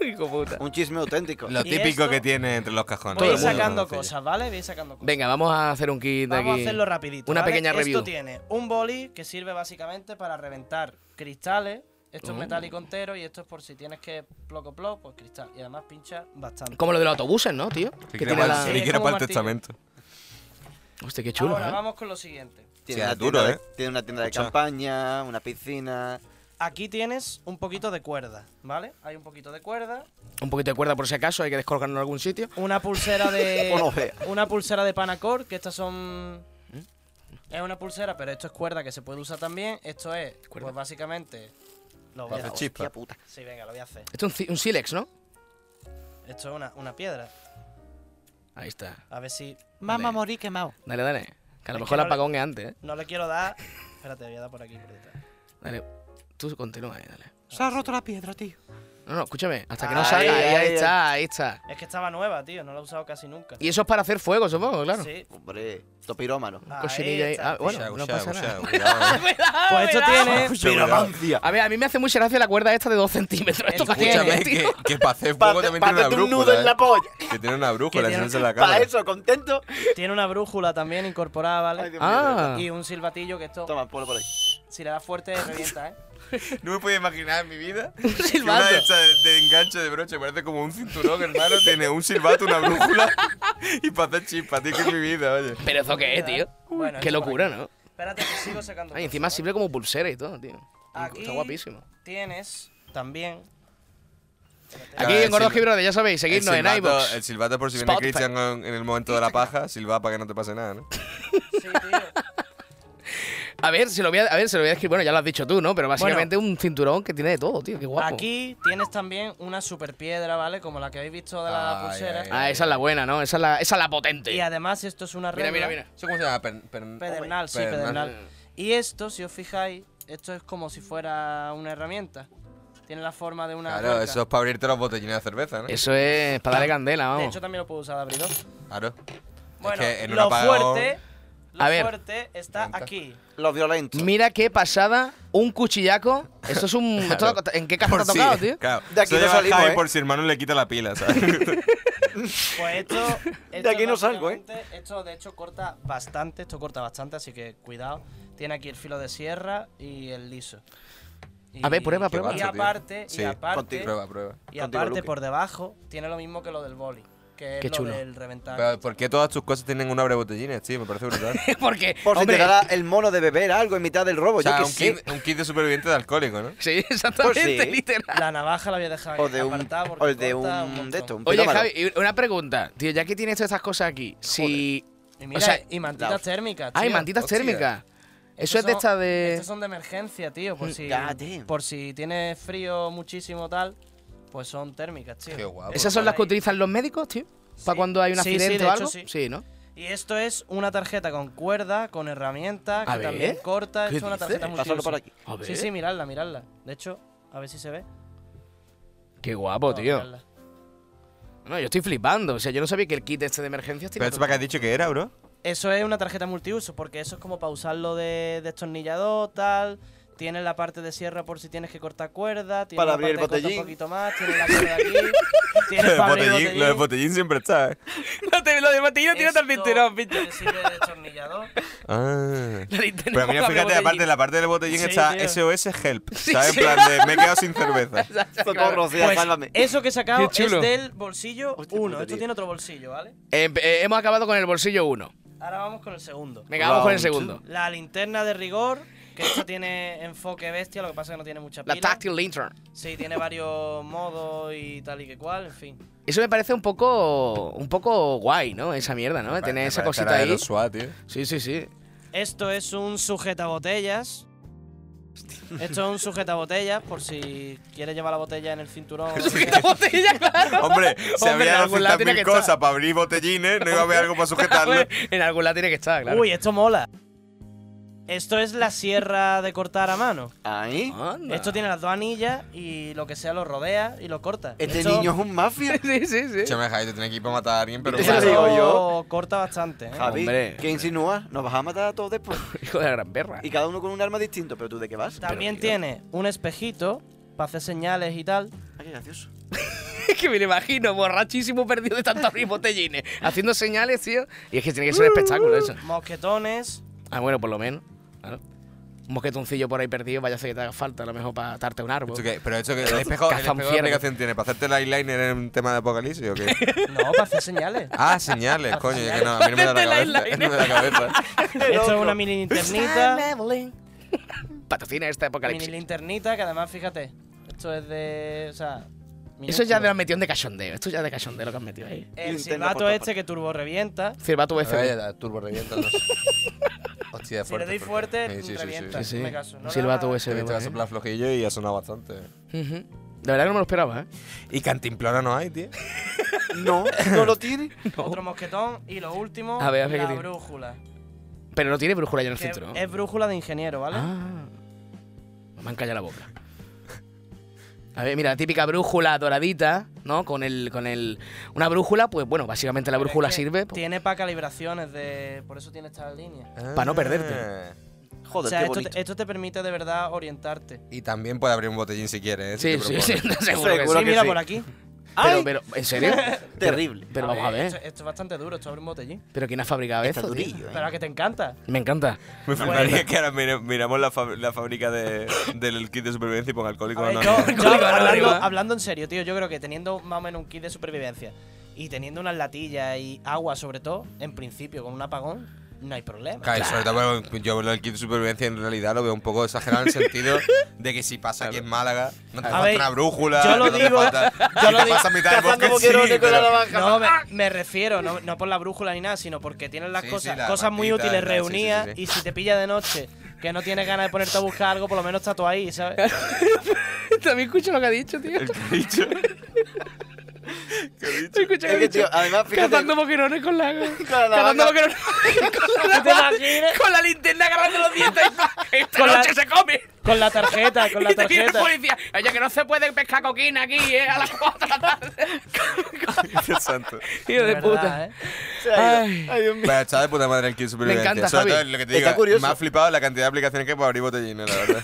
[SPEAKER 2] Hijo puta.
[SPEAKER 3] Un chisme auténtico.
[SPEAKER 1] Lo
[SPEAKER 4] ¿Y
[SPEAKER 1] típico
[SPEAKER 4] esto?
[SPEAKER 1] que tiene entre los cajones.
[SPEAKER 4] Voy a ir
[SPEAKER 2] mundo
[SPEAKER 4] sacando cosas, ¿vale? Voy a ir sacando cosas.
[SPEAKER 2] Venga, vamos a hacer un kit de aquí.
[SPEAKER 4] Vamos a hacerlo rapidito.
[SPEAKER 2] Una
[SPEAKER 4] ¿vale?
[SPEAKER 2] pequeña review.
[SPEAKER 4] Esto tiene un boli que sirve básicamente para reventar cristales. Esto
[SPEAKER 2] Mm.
[SPEAKER 4] es metálico entero y esto es por si tienes que ploco ploc, pues cristal. Y además pincha bastante.
[SPEAKER 2] Como lo de los autobuses, ¿no, tío?
[SPEAKER 1] Si
[SPEAKER 2] Que
[SPEAKER 1] quieres
[SPEAKER 2] tiene
[SPEAKER 1] para
[SPEAKER 2] la...
[SPEAKER 1] si
[SPEAKER 4] Sí,
[SPEAKER 1] quieres
[SPEAKER 4] como
[SPEAKER 1] para el
[SPEAKER 4] martillo.
[SPEAKER 1] testamento.
[SPEAKER 2] Hostia, qué chulo,
[SPEAKER 4] Ahora
[SPEAKER 2] ¿eh?
[SPEAKER 4] vamos con lo siguiente.
[SPEAKER 1] Sí,
[SPEAKER 3] una
[SPEAKER 1] es duro,
[SPEAKER 3] tienda de-
[SPEAKER 1] ¿eh?
[SPEAKER 3] tiene una tienda de
[SPEAKER 1] Escucha.
[SPEAKER 3] campaña, una piscina.
[SPEAKER 4] Aquí tienes un poquito de cuerda, ¿vale? Hay un poquito de cuerda,
[SPEAKER 2] Un poquito de cuerda por si acaso, hay que descolgarlo en algún sitio.
[SPEAKER 4] una pulsera de
[SPEAKER 3] Bueno, vea.
[SPEAKER 4] una pulsera de Panacor, que estas son
[SPEAKER 2] ¿Mm?
[SPEAKER 4] es una pulsera, pero esto es cuerda que se puede usar también. Esto es,
[SPEAKER 2] Cuerda.
[SPEAKER 4] pues básicamente lo voy
[SPEAKER 1] Para
[SPEAKER 4] a
[SPEAKER 1] hacer chispa.
[SPEAKER 3] Hostia puta.
[SPEAKER 4] Sí, venga, lo voy a hacer.
[SPEAKER 2] Esto es un, ci- un sílex, ¿no?
[SPEAKER 4] Esto es una, una piedra.
[SPEAKER 2] Ahí está.
[SPEAKER 4] A ver si
[SPEAKER 2] Mamá morí quemado. Dale, dale. Que a lo mejor el
[SPEAKER 4] no le-
[SPEAKER 2] apagón es antes, ¿eh?
[SPEAKER 4] no le quiero dar. Espérate, voy a dar por aquí por detrás.
[SPEAKER 2] Dale, tú continúa, eh, dale.
[SPEAKER 7] Se ha roto la piedra, tío.
[SPEAKER 2] No, no, escúchame, hasta que no
[SPEAKER 3] Ahí,
[SPEAKER 2] salga, ahí,
[SPEAKER 3] ahí,
[SPEAKER 2] ahí
[SPEAKER 3] ahí.
[SPEAKER 2] está, ahí está.
[SPEAKER 4] Es que estaba nueva, tío, no la he usado casi nunca.
[SPEAKER 2] Y eso es para hacer fuego, supongo, claro.
[SPEAKER 4] Sí.
[SPEAKER 3] Hombre, topirómano.
[SPEAKER 4] Ahí
[SPEAKER 2] Cocinilla ahí.
[SPEAKER 4] está.
[SPEAKER 2] Ah, bueno,
[SPEAKER 1] Cuchao,
[SPEAKER 2] no
[SPEAKER 1] cuchao,
[SPEAKER 2] pasa nada.
[SPEAKER 1] cuchao, cuidado, eh.
[SPEAKER 4] Pues esto tiene.
[SPEAKER 3] Piromancia.
[SPEAKER 2] A ver, a mí me hace mucha gracia la cuerda esta de 2 centímetros. ¿Esto para qué
[SPEAKER 1] Escúchame,
[SPEAKER 2] es, tío?
[SPEAKER 1] que, que para hacer
[SPEAKER 3] Pa'
[SPEAKER 1] fuego también
[SPEAKER 3] hacer- pa'
[SPEAKER 1] tiene una
[SPEAKER 3] hacerte un
[SPEAKER 1] brújula.
[SPEAKER 3] nudo en
[SPEAKER 1] eh.
[SPEAKER 3] la polla.
[SPEAKER 1] Que tiene una brújula,
[SPEAKER 4] Que
[SPEAKER 1] eso
[SPEAKER 4] tiene-
[SPEAKER 1] no se la
[SPEAKER 3] Para
[SPEAKER 1] cámara.
[SPEAKER 3] eso, contento.
[SPEAKER 4] Tiene una brújula también incorporada,
[SPEAKER 3] Ay,
[SPEAKER 4] ¿vale?
[SPEAKER 3] Dios mío,
[SPEAKER 2] Ah,
[SPEAKER 4] Y un silbatillo que esto,
[SPEAKER 3] Toma, ponlo por ahí.
[SPEAKER 4] si le das fuerte, revienta, ¿eh?
[SPEAKER 1] No me podía imaginar en mi vida.
[SPEAKER 2] silbato.
[SPEAKER 1] Que una hecha de, de enganche de broche, parece como un cinturón, hermano. tiene un silbato, una brújula y para hacer chispa, tío, que es mi vida, oye.
[SPEAKER 2] Pero eso qué es, tío.
[SPEAKER 4] Bueno,
[SPEAKER 2] Qué
[SPEAKER 4] esto por
[SPEAKER 2] locura,
[SPEAKER 4] aquí.
[SPEAKER 2] ¿no?
[SPEAKER 4] Espérate, que sigo sacando.
[SPEAKER 2] Ay,
[SPEAKER 4] cosas,
[SPEAKER 2] encima
[SPEAKER 4] ¿vale?
[SPEAKER 2] sirve como pulsera y todo, tío.
[SPEAKER 4] Aquí
[SPEAKER 2] Está guapísimo.
[SPEAKER 4] Tienes también.
[SPEAKER 2] Aquí
[SPEAKER 1] el
[SPEAKER 2] en Gordo
[SPEAKER 1] silb-
[SPEAKER 2] Gibrode, ya sabéis,
[SPEAKER 1] El
[SPEAKER 2] seguidnos en
[SPEAKER 1] silbato,
[SPEAKER 2] iVoox.
[SPEAKER 1] el silbato por si viene
[SPEAKER 2] Spotify.
[SPEAKER 1] Christian en, en el momento de la paja, silba para que no te pase nada, ¿no?
[SPEAKER 4] Sí, tío.
[SPEAKER 2] A ver, se lo voy a, a ver, se lo voy a escribir. Bueno, ya lo has dicho tú, ¿no? Pero básicamente un cinturón que tiene de todo, tío. Qué guapo.
[SPEAKER 4] Aquí tienes también una super piedra, ¿vale? Como la que habéis visto de la
[SPEAKER 1] Ay,
[SPEAKER 4] pulsera.
[SPEAKER 1] ay,
[SPEAKER 2] Ah, esa es la buena, ¿no? Esa es la, esa es la
[SPEAKER 4] Y
[SPEAKER 2] potente.
[SPEAKER 4] además, esto es una
[SPEAKER 2] Mira,
[SPEAKER 4] regla-
[SPEAKER 2] mira, mira.
[SPEAKER 1] ¿Eso cómo se llama?
[SPEAKER 4] Pedernal, sí, pedernal. Y esto, si os fijáis, esto es como si fuera una herramienta. Tiene la forma de una.
[SPEAKER 1] Claro,
[SPEAKER 4] tuerca.
[SPEAKER 1] eso es para abrirte los botellines de cerveza, ¿no?
[SPEAKER 2] Eso es para darle candela,
[SPEAKER 4] De
[SPEAKER 2] vamos.
[SPEAKER 4] hecho, también lo puedo usar de abridor.
[SPEAKER 1] Claro.
[SPEAKER 4] Bueno,
[SPEAKER 1] que en un
[SPEAKER 4] lo
[SPEAKER 1] apagón-
[SPEAKER 4] fuerte. Lo
[SPEAKER 2] A ver.
[SPEAKER 4] fuerte está
[SPEAKER 1] Cuenta.
[SPEAKER 4] aquí.
[SPEAKER 3] Los violentos.
[SPEAKER 2] Mira qué pasada, un cuchillaco. Esto es un. esto
[SPEAKER 1] Claro.
[SPEAKER 2] ¿En qué caja te ha tocado, tío?
[SPEAKER 1] Claro.
[SPEAKER 3] De
[SPEAKER 1] Eso
[SPEAKER 3] aquí no
[SPEAKER 1] lleva
[SPEAKER 3] salimos,
[SPEAKER 1] Javi
[SPEAKER 3] ¿eh?
[SPEAKER 1] por si hermano le quita la pila, ¿sabes?
[SPEAKER 4] Pues esto. esto
[SPEAKER 3] aquí no salgo, ¿eh?
[SPEAKER 4] básicamente- Esto, de hecho, corta bastante. Esto corta bastante, así que cuidado. Tiene aquí el filo de sierra y el liso. Y-
[SPEAKER 2] A ver, prueba,
[SPEAKER 4] y
[SPEAKER 2] prueba.
[SPEAKER 1] Qué
[SPEAKER 4] Y
[SPEAKER 1] macho, tío.
[SPEAKER 4] aparte,
[SPEAKER 1] Sí,
[SPEAKER 4] y aparte,
[SPEAKER 3] contigo.
[SPEAKER 1] prueba, prueba.
[SPEAKER 4] y
[SPEAKER 3] Contigo,
[SPEAKER 4] aparte
[SPEAKER 3] Luque.
[SPEAKER 4] por debajo, tiene lo mismo que lo del boli. Que
[SPEAKER 2] Qué
[SPEAKER 4] es
[SPEAKER 2] chulo.
[SPEAKER 4] lo del reventar.
[SPEAKER 1] Pero ¿por qué todas tus cosas tienen un abre botellines, tío? Me parece brutal.
[SPEAKER 2] Porque.
[SPEAKER 3] Por si
[SPEAKER 2] hombre,
[SPEAKER 3] te da el mono de beber algo en mitad del robo.
[SPEAKER 1] O sea,
[SPEAKER 3] Pues yo
[SPEAKER 1] un
[SPEAKER 3] qué sé.
[SPEAKER 1] kit, un kit de superviviente de alcohólico, ¿no?
[SPEAKER 2] Sí, exactamente,
[SPEAKER 3] Pues sí.
[SPEAKER 2] literal.
[SPEAKER 4] La navaja la voy a dejar
[SPEAKER 3] O de un.
[SPEAKER 4] apartada porque
[SPEAKER 3] O de
[SPEAKER 4] corta un
[SPEAKER 3] un. De
[SPEAKER 4] montón.
[SPEAKER 3] esto, un
[SPEAKER 2] Oye,
[SPEAKER 3] pirómano.
[SPEAKER 2] Javi, y una pregunta. Tío, ya que tienes todas estas cosas aquí, si.
[SPEAKER 4] Y mira,
[SPEAKER 2] o sea,
[SPEAKER 4] y mantitas
[SPEAKER 3] la-
[SPEAKER 4] térmicas.
[SPEAKER 2] Ay,
[SPEAKER 4] tío.
[SPEAKER 2] mantitas
[SPEAKER 1] hostia.
[SPEAKER 2] térmicas. Eso
[SPEAKER 4] Estos
[SPEAKER 2] es de
[SPEAKER 4] son-
[SPEAKER 2] estas de.
[SPEAKER 4] Estos son de emergencia, tío. Por si,
[SPEAKER 3] God damn.
[SPEAKER 4] por si tienes frío muchísimo tal, pues son térmicas, tío.
[SPEAKER 1] Qué guapo.
[SPEAKER 2] Esas son las que
[SPEAKER 4] Ahí.
[SPEAKER 2] utilizan los médicos, tío. Para
[SPEAKER 4] Sí.
[SPEAKER 2] cuando hay un
[SPEAKER 4] Sí, sí,
[SPEAKER 2] accidente
[SPEAKER 4] de
[SPEAKER 2] o
[SPEAKER 4] hecho,
[SPEAKER 2] algo.
[SPEAKER 4] sí.
[SPEAKER 2] ¿no?
[SPEAKER 4] Y esto es una tarjeta con cuerda, con herramientas,
[SPEAKER 2] A
[SPEAKER 4] que también
[SPEAKER 2] ver,
[SPEAKER 4] corta.
[SPEAKER 2] ¿qué
[SPEAKER 4] Esto es una tarjeta
[SPEAKER 2] dices?
[SPEAKER 3] Pásalo
[SPEAKER 4] multiuso.
[SPEAKER 3] por aquí.
[SPEAKER 2] A ver.
[SPEAKER 4] Sí, sí, miradla, miradla. De hecho, a ver si se ve.
[SPEAKER 2] Qué guapo,
[SPEAKER 4] No,
[SPEAKER 2] Oh, tío.
[SPEAKER 4] miradla.
[SPEAKER 2] No, yo estoy flipando. O sea, yo no sabía que el kit este de emergencias
[SPEAKER 1] ¿Pero
[SPEAKER 2] tiene.
[SPEAKER 1] esto para qué has dicho que era, bro?
[SPEAKER 4] Eso es una tarjeta multiuso, porque eso es como para usarlo de destornillador, tal. Tiene la parte de sierra por si tienes que cortar cuerda. Tiene
[SPEAKER 3] Para
[SPEAKER 4] la
[SPEAKER 3] abrir el
[SPEAKER 4] parte que corta
[SPEAKER 3] botellín.
[SPEAKER 4] Un poquito más. Tiene la cuerda aquí. tiene
[SPEAKER 1] Lo del
[SPEAKER 4] para abrir
[SPEAKER 1] botellín, lo del botellín siempre está, ¿eh?
[SPEAKER 2] Lo de- lo de botellín tiene
[SPEAKER 4] Esto
[SPEAKER 2] también tirón, pinche.
[SPEAKER 4] te sirve de destornillador.
[SPEAKER 1] Ah.
[SPEAKER 2] La linterna
[SPEAKER 1] Pero mira,
[SPEAKER 2] con la
[SPEAKER 1] fíjate, aparte,
[SPEAKER 2] botellín.
[SPEAKER 1] en la parte del botellín
[SPEAKER 4] Sí,
[SPEAKER 1] está
[SPEAKER 4] tío.
[SPEAKER 1] SOS Help. ¿Sabes? En plan de me he quedado sin cerveza.
[SPEAKER 3] Socorro, Cía,
[SPEAKER 4] Pues,
[SPEAKER 3] sálvame.
[SPEAKER 2] eh,
[SPEAKER 4] eso que he sacado
[SPEAKER 2] Qué
[SPEAKER 4] es
[SPEAKER 2] chulo.
[SPEAKER 4] del bolsillo
[SPEAKER 3] Hostia,
[SPEAKER 4] 1.
[SPEAKER 3] puta,
[SPEAKER 4] Esto
[SPEAKER 3] tío.
[SPEAKER 4] tiene otro bolsillo, ¿vale?
[SPEAKER 2] Em- eh, hemos acabado con el bolsillo 1.
[SPEAKER 4] Ahora vamos con el segundo.
[SPEAKER 2] Venga, vamos con el
[SPEAKER 3] Round
[SPEAKER 2] segundo.
[SPEAKER 4] La linterna de rigor, que esto tiene enfoque bestia, lo que pasa es que no tiene mucha pila.
[SPEAKER 2] La Tactile Lantern.
[SPEAKER 4] Sí, tiene varios modos y tal y que cual, en fin.
[SPEAKER 2] Eso me parece un poco un poco guay, ¿no? Esa mierda, ¿no? Tener esa cosita ahí. Sí, sí, sí.
[SPEAKER 4] Esto es un sujetabotellas. Esto es un sujetabotellas por si quieres llevar la botella en el cinturón. o lo que sea.
[SPEAKER 2] botella, claro.
[SPEAKER 1] Hombre, si
[SPEAKER 2] Hombre, en
[SPEAKER 1] había
[SPEAKER 2] algún lado
[SPEAKER 1] 200.000
[SPEAKER 2] tiene que
[SPEAKER 1] cosas
[SPEAKER 2] estar.
[SPEAKER 1] para abrir botellines, no iba a haber algo para sujetarlo.
[SPEAKER 2] en algún lado tiene que estar, claro.
[SPEAKER 4] Uy, esto mola. Esto es la sierra de cortar a mano.
[SPEAKER 3] Ahí.
[SPEAKER 2] Anda.
[SPEAKER 4] Esto tiene las dos anillas y lo que sea lo rodea y lo corta.
[SPEAKER 3] Este
[SPEAKER 4] Esto-
[SPEAKER 3] niño es un mafia.
[SPEAKER 2] Sí, sí, sí.
[SPEAKER 1] Chame, Javi, te tienes que ir para matar a alguien, pero.
[SPEAKER 3] Eso lo
[SPEAKER 4] esto
[SPEAKER 3] digo yo.
[SPEAKER 4] corta bastante, ¿eh?
[SPEAKER 3] Javi,
[SPEAKER 2] Hombre.
[SPEAKER 3] ¿qué insinúas? Nos vas a matar a todos después.
[SPEAKER 2] Hijo de la gran perra.
[SPEAKER 3] Y cada uno con un arma distinto, pero tú de qué vas?
[SPEAKER 4] También
[SPEAKER 2] tío.
[SPEAKER 4] tiene un espejito para hacer señales y tal.
[SPEAKER 3] Ah, qué gracioso.
[SPEAKER 2] Es que me lo imagino, borrachísimo, perdido de tanto abrir botellines. Haciendo señales, tío. Y es que tiene que ser un espectáculo eso.
[SPEAKER 4] Mosquetones.
[SPEAKER 2] Ah, bueno, por lo menos. Claro. Un mosquetoncillo por ahí perdido, vaya a ser que te haga falta, a lo mejor para atarte a un árbol.
[SPEAKER 1] ¿Esto qué? ¿Pero esto que el espejo, el
[SPEAKER 2] Caza
[SPEAKER 1] espejo
[SPEAKER 2] un
[SPEAKER 1] qué
[SPEAKER 2] ciervo.
[SPEAKER 1] aplicación tiene? ¿Para hacerte el eyeliner en un tema de apocalipsis o qué?
[SPEAKER 4] No, para hacer señales.
[SPEAKER 1] Ah, señales, coño, es que no, a mí no me da la
[SPEAKER 2] Hacerte
[SPEAKER 1] cabeza.
[SPEAKER 2] el
[SPEAKER 1] No me da la cabeza.
[SPEAKER 4] Esto es una mini linternita.
[SPEAKER 2] Patrocina esta
[SPEAKER 4] mini
[SPEAKER 2] apocalipsis.
[SPEAKER 4] linternita que además, fíjate, esto es de. O sea.
[SPEAKER 2] Eso ya
[SPEAKER 4] minúsculo.
[SPEAKER 2] te lo han metido de cachondeo. Esto ya es de cachondeo lo que han metido ahí.
[SPEAKER 3] Linterna
[SPEAKER 4] El silbato
[SPEAKER 3] portátil.
[SPEAKER 4] este que turbo revienta.
[SPEAKER 2] Cervato USB.
[SPEAKER 1] turbo revienta. Hostia,
[SPEAKER 4] Si le doy fuerte, revienta.
[SPEAKER 2] sí, sí.
[SPEAKER 4] Me caso. No le
[SPEAKER 2] Silbato
[SPEAKER 4] hagas-
[SPEAKER 1] Se
[SPEAKER 2] USB.
[SPEAKER 1] ¿eh? me
[SPEAKER 2] por
[SPEAKER 1] a
[SPEAKER 2] ahí.
[SPEAKER 1] soplar flojillo y ha sonado bastante.
[SPEAKER 2] Ujú. De verdad que no me lo esperaba, ¿eh?
[SPEAKER 1] Y cantimplora no hay, tío.
[SPEAKER 3] No, no lo tiene.
[SPEAKER 4] Otro mosquetón. Y lo último,
[SPEAKER 2] A ver, a ver qué
[SPEAKER 4] la
[SPEAKER 2] tiene.
[SPEAKER 4] brújula.
[SPEAKER 2] Pero no tiene brújula ya en el
[SPEAKER 4] que
[SPEAKER 2] cinturón.
[SPEAKER 4] es brújula de ingeniero, ¿vale?
[SPEAKER 2] Ah. Me han callado la boca. A ver, mira, la típica brújula doradita, ¿no? Con el, con el. Una brújula, pues bueno, básicamente la brújula
[SPEAKER 4] Es que
[SPEAKER 2] sirve pues,
[SPEAKER 4] Tiene para calibraciones de. Por eso tiene esta línea.
[SPEAKER 2] para
[SPEAKER 1] Ah.
[SPEAKER 2] no perderte.
[SPEAKER 3] Joder,
[SPEAKER 4] o sea,
[SPEAKER 3] qué
[SPEAKER 4] esto
[SPEAKER 3] bonito.
[SPEAKER 4] te, esto te permite de verdad orientarte.
[SPEAKER 1] Y también puede abrir un botellín si quieres. ¿eh?
[SPEAKER 2] Sí,
[SPEAKER 1] Si
[SPEAKER 2] sí,
[SPEAKER 1] te
[SPEAKER 2] sí,
[SPEAKER 1] propones.
[SPEAKER 2] seguro que
[SPEAKER 3] Seguro
[SPEAKER 2] sí.
[SPEAKER 4] sí, mira
[SPEAKER 3] sí.
[SPEAKER 4] por aquí.
[SPEAKER 2] Pero, pero, ¿en serio?
[SPEAKER 3] Terrible.
[SPEAKER 2] Pero vamos a
[SPEAKER 4] Esto,
[SPEAKER 2] ver.
[SPEAKER 4] esto es bastante duro, esto abre un botellín.
[SPEAKER 2] ¿Pero quién ha fabricado
[SPEAKER 3] Está
[SPEAKER 2] esto? tío?
[SPEAKER 3] durillo, ¿eh?
[SPEAKER 4] Pero a que te encanta.
[SPEAKER 2] Me encanta.
[SPEAKER 1] Me fliparía que ahora mire- miramos la, fab- la fábrica de- del kit de supervivencia y ponga
[SPEAKER 4] A
[SPEAKER 1] alcohólico
[SPEAKER 4] ver,
[SPEAKER 1] no,
[SPEAKER 4] yo-
[SPEAKER 1] no.
[SPEAKER 4] yo
[SPEAKER 2] Alcohólico
[SPEAKER 4] hablando,
[SPEAKER 2] anónimo.
[SPEAKER 4] hablando en serio, tío, yo creo que teniendo más o menos un kit de supervivencia y teniendo unas latillas y agua, sobre todo, en principio, con un apagón, no hay problema.
[SPEAKER 1] Claro, y sobre todo, bueno, pues yo lo del kit de supervivencia en realidad lo veo un poco exagerado en el sentido de que si pasa aquí en Málaga, no te
[SPEAKER 4] A
[SPEAKER 1] falta
[SPEAKER 4] ver,
[SPEAKER 1] una brújula,
[SPEAKER 4] yo lo
[SPEAKER 1] no te
[SPEAKER 4] digo- ¿eh?
[SPEAKER 1] falta,
[SPEAKER 4] yo
[SPEAKER 1] si
[SPEAKER 4] lo
[SPEAKER 1] te
[SPEAKER 4] digo-
[SPEAKER 1] pasa a mitad del
[SPEAKER 3] Cazando
[SPEAKER 1] bosque, sí,
[SPEAKER 3] boquerones con la
[SPEAKER 1] pero-
[SPEAKER 3] navaja.
[SPEAKER 4] No, me, me refiero, no, no por la brújula ni nada, sino porque tienes las
[SPEAKER 1] Sí, sí,
[SPEAKER 4] cosas,
[SPEAKER 1] la
[SPEAKER 4] cosas muy
[SPEAKER 1] mantita,
[SPEAKER 4] útiles
[SPEAKER 1] la- sí, sí,
[SPEAKER 4] reunidas
[SPEAKER 1] sí, sí.
[SPEAKER 4] y si te pilla de noche, que no tienes ganas de ponerte a buscar algo, por lo menos está tú ahí, ¿sabes?
[SPEAKER 2] También escucho lo que ha dicho, tío.
[SPEAKER 1] El que he dicho.
[SPEAKER 2] Escucha
[SPEAKER 3] Es que, tío, además, fíjate.
[SPEAKER 2] Cazando boquerones con la.
[SPEAKER 3] la navaja.
[SPEAKER 2] Cazando boquerones con la.
[SPEAKER 4] ¿Te imaginas?
[SPEAKER 2] Con la linterna agarrando los dientes. Esta
[SPEAKER 4] Con la-
[SPEAKER 2] noche se come.
[SPEAKER 4] Con la tarjeta, con la
[SPEAKER 2] Y te viene el
[SPEAKER 4] tarjeta.
[SPEAKER 2] policía. Oye, que no se puede pescar coquina aquí, eh, a las 4 de la tarde.
[SPEAKER 1] Dios santo.
[SPEAKER 2] Tío de
[SPEAKER 4] verdad,
[SPEAKER 2] puta.
[SPEAKER 4] ¿eh?
[SPEAKER 3] Se ha
[SPEAKER 2] Ay.
[SPEAKER 3] ido. Ay, Dios mío.
[SPEAKER 1] Pero Pues está de puta madre el kit de supervivencia.
[SPEAKER 2] encanta,
[SPEAKER 1] Sobre todo
[SPEAKER 2] Javi.
[SPEAKER 1] lo que te
[SPEAKER 3] Está
[SPEAKER 1] digo,
[SPEAKER 3] curioso.
[SPEAKER 1] Me ha flipado la cantidad de aplicaciones que hay para abrir botellines, la verdad.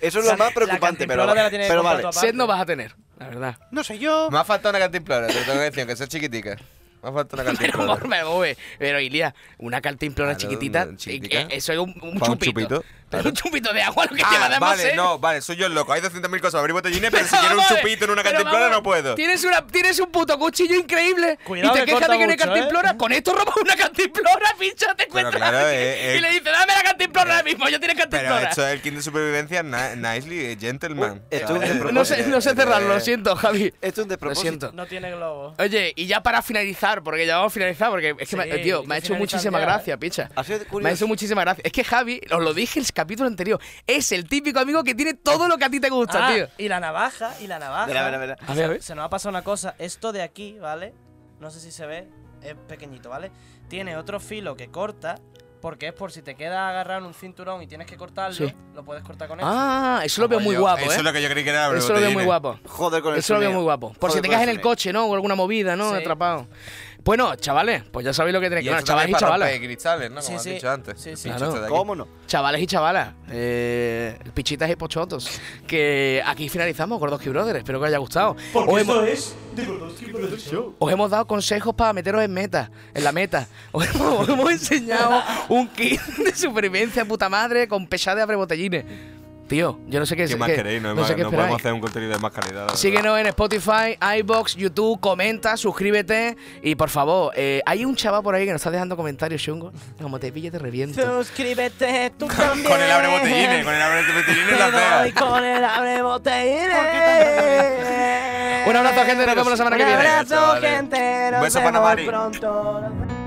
[SPEAKER 3] Eso es lo más
[SPEAKER 4] La
[SPEAKER 3] preocupante, pero,
[SPEAKER 4] cantimplora te la tienes que
[SPEAKER 3] pero
[SPEAKER 4] comprar
[SPEAKER 3] vale.
[SPEAKER 4] tú
[SPEAKER 2] Sed no vas a tener, la verdad.
[SPEAKER 3] No sé yo.
[SPEAKER 1] me ha faltado una cantimplora, te lo tengo que decir, que sea chiquitica. Me ha faltado una
[SPEAKER 2] Pero,
[SPEAKER 1] cantimplora.
[SPEAKER 2] amor, me mueve. Pero, Ilia, una cantimplora
[SPEAKER 1] Claro,
[SPEAKER 2] chiquitita,
[SPEAKER 1] una chiquitica.
[SPEAKER 2] eh, eh, eso es un, un
[SPEAKER 1] Pa'
[SPEAKER 2] chupito.
[SPEAKER 1] un chupito,
[SPEAKER 2] Pero
[SPEAKER 1] claro.
[SPEAKER 2] un chupito de agua lo que lleva ¿eh?
[SPEAKER 1] Ah,
[SPEAKER 2] de
[SPEAKER 1] vale, no, vale, soy yo el loco. Hay 200.000 cosas para abrir botellines, pero si quiero un chupito en una cantimplora no puedo.
[SPEAKER 2] Tienes, una, tienes un puto cuchillo increíble
[SPEAKER 4] Cuidado
[SPEAKER 2] y te
[SPEAKER 4] que
[SPEAKER 2] quejas
[SPEAKER 4] corta
[SPEAKER 2] de que no hay
[SPEAKER 4] mucho, ¿eh?
[SPEAKER 2] cantimplora. Con esto robas una cantimplora, pincha, te encuentras.
[SPEAKER 1] claro,
[SPEAKER 2] a alguien
[SPEAKER 1] eh, eh.
[SPEAKER 2] y le dices, dame la cantimplora ahora mismo, yo tiene
[SPEAKER 1] Pero
[SPEAKER 2] cantimplora.
[SPEAKER 1] esto es el kit de supervivencia na- nicely eh, gentleman.
[SPEAKER 3] esto es un despropósito.
[SPEAKER 2] No sé, no sé cerrarlo, lo
[SPEAKER 1] Eh,
[SPEAKER 2] siento, Javi.
[SPEAKER 3] Esto es un
[SPEAKER 2] Lo
[SPEAKER 3] despropósito.
[SPEAKER 2] siento.
[SPEAKER 4] No tiene globo.
[SPEAKER 2] Oye, y ya para finalizar, porque ya vamos a finalizar, porque es que,
[SPEAKER 4] Sí,
[SPEAKER 2] me, eh, tío,
[SPEAKER 4] hay
[SPEAKER 2] me ha
[SPEAKER 4] que
[SPEAKER 2] hecho
[SPEAKER 4] finalizar
[SPEAKER 2] muchísima
[SPEAKER 4] ya,
[SPEAKER 2] gracia, picha.
[SPEAKER 3] Ha sido curioso.
[SPEAKER 2] Me ha hecho muchísima gracia. Es que Javi, os lo dije en el capítulo anterior, es el típico amigo que tiene todo lo que a ti te gusta,
[SPEAKER 4] Ah,
[SPEAKER 2] tío.
[SPEAKER 4] y la navaja, y la navaja.
[SPEAKER 3] Mira, mira, mira.
[SPEAKER 2] A ver, a
[SPEAKER 1] ¿Eh?
[SPEAKER 2] ver.
[SPEAKER 4] Se nos ha pasado una cosa. Esto de aquí, ¿vale? No sé si se ve. Es pequeñito, ¿vale? Tiene otro filo que corta. Porque es por si te queda agarrado en un cinturón y tienes que cortarlo,
[SPEAKER 2] Sí.
[SPEAKER 4] lo puedes cortar con esto.
[SPEAKER 2] Ah, eso lo veo muy
[SPEAKER 1] yo-
[SPEAKER 2] guapo, ¿eh?
[SPEAKER 1] Eso es lo que yo creí que era abrir
[SPEAKER 2] Eso lo veo muy
[SPEAKER 1] botellines.
[SPEAKER 2] guapo.
[SPEAKER 3] Joder con el
[SPEAKER 2] Eso lo veo
[SPEAKER 3] sonido.
[SPEAKER 2] muy guapo. Por si
[SPEAKER 3] Joder
[SPEAKER 2] te
[SPEAKER 3] con
[SPEAKER 2] caes en el
[SPEAKER 3] sonido.
[SPEAKER 2] coche, ¿no? O alguna movida, ¿no?
[SPEAKER 4] Sí.
[SPEAKER 2] Atrapado. Bueno, chavales, pues ya sabéis lo que tenéis
[SPEAKER 1] Y
[SPEAKER 2] que hacer.
[SPEAKER 1] eso también
[SPEAKER 2] Chavales y
[SPEAKER 1] para romper
[SPEAKER 2] chavalas.
[SPEAKER 1] cristales, ¿no? Como
[SPEAKER 4] Sí,
[SPEAKER 1] has
[SPEAKER 4] sí.
[SPEAKER 1] dicho antes.
[SPEAKER 4] Sí,
[SPEAKER 1] El
[SPEAKER 4] sí.
[SPEAKER 1] pincho
[SPEAKER 2] Claro.
[SPEAKER 1] este de aquí.
[SPEAKER 3] ¿Cómo no?
[SPEAKER 2] Chavales y chavalas, eh, pichitas y pochotos, que aquí finalizamos Gordoski Brothers, espero que os haya gustado. Os hemos,
[SPEAKER 4] es
[SPEAKER 2] os hemos dado consejos para meteros en meta, en la meta. Os hemos, os hemos enseñado un kit de supervivencia puta madre con pesada de abre botellines. Tío, yo no sé qué
[SPEAKER 1] ¿Qué
[SPEAKER 2] es-
[SPEAKER 1] más
[SPEAKER 2] qué-
[SPEAKER 1] queréis? No, hay
[SPEAKER 2] no
[SPEAKER 1] más-
[SPEAKER 2] sé qué
[SPEAKER 1] no
[SPEAKER 2] esperáis.
[SPEAKER 1] podemos hacer un contenido de más calidad. la verdad.
[SPEAKER 2] Síguenos en Spotify, iBox, YouTube, comenta, suscríbete y por favor, eh, hay un chaval por ahí que nos está dejando comentarios chungos. Como te pille te reviento.
[SPEAKER 4] Suscríbete tú también.
[SPEAKER 1] Con el abre botellines, con el abre botellines la
[SPEAKER 4] Te doy
[SPEAKER 1] pega.
[SPEAKER 4] con el abre botellines.
[SPEAKER 2] Un abrazo gente, nos vemos la semana que
[SPEAKER 4] Un
[SPEAKER 2] viene.
[SPEAKER 4] abrazo,
[SPEAKER 1] Chavales.
[SPEAKER 4] gente. Nos
[SPEAKER 1] Un beso para
[SPEAKER 4] vemos
[SPEAKER 1] Mari.
[SPEAKER 4] pronto.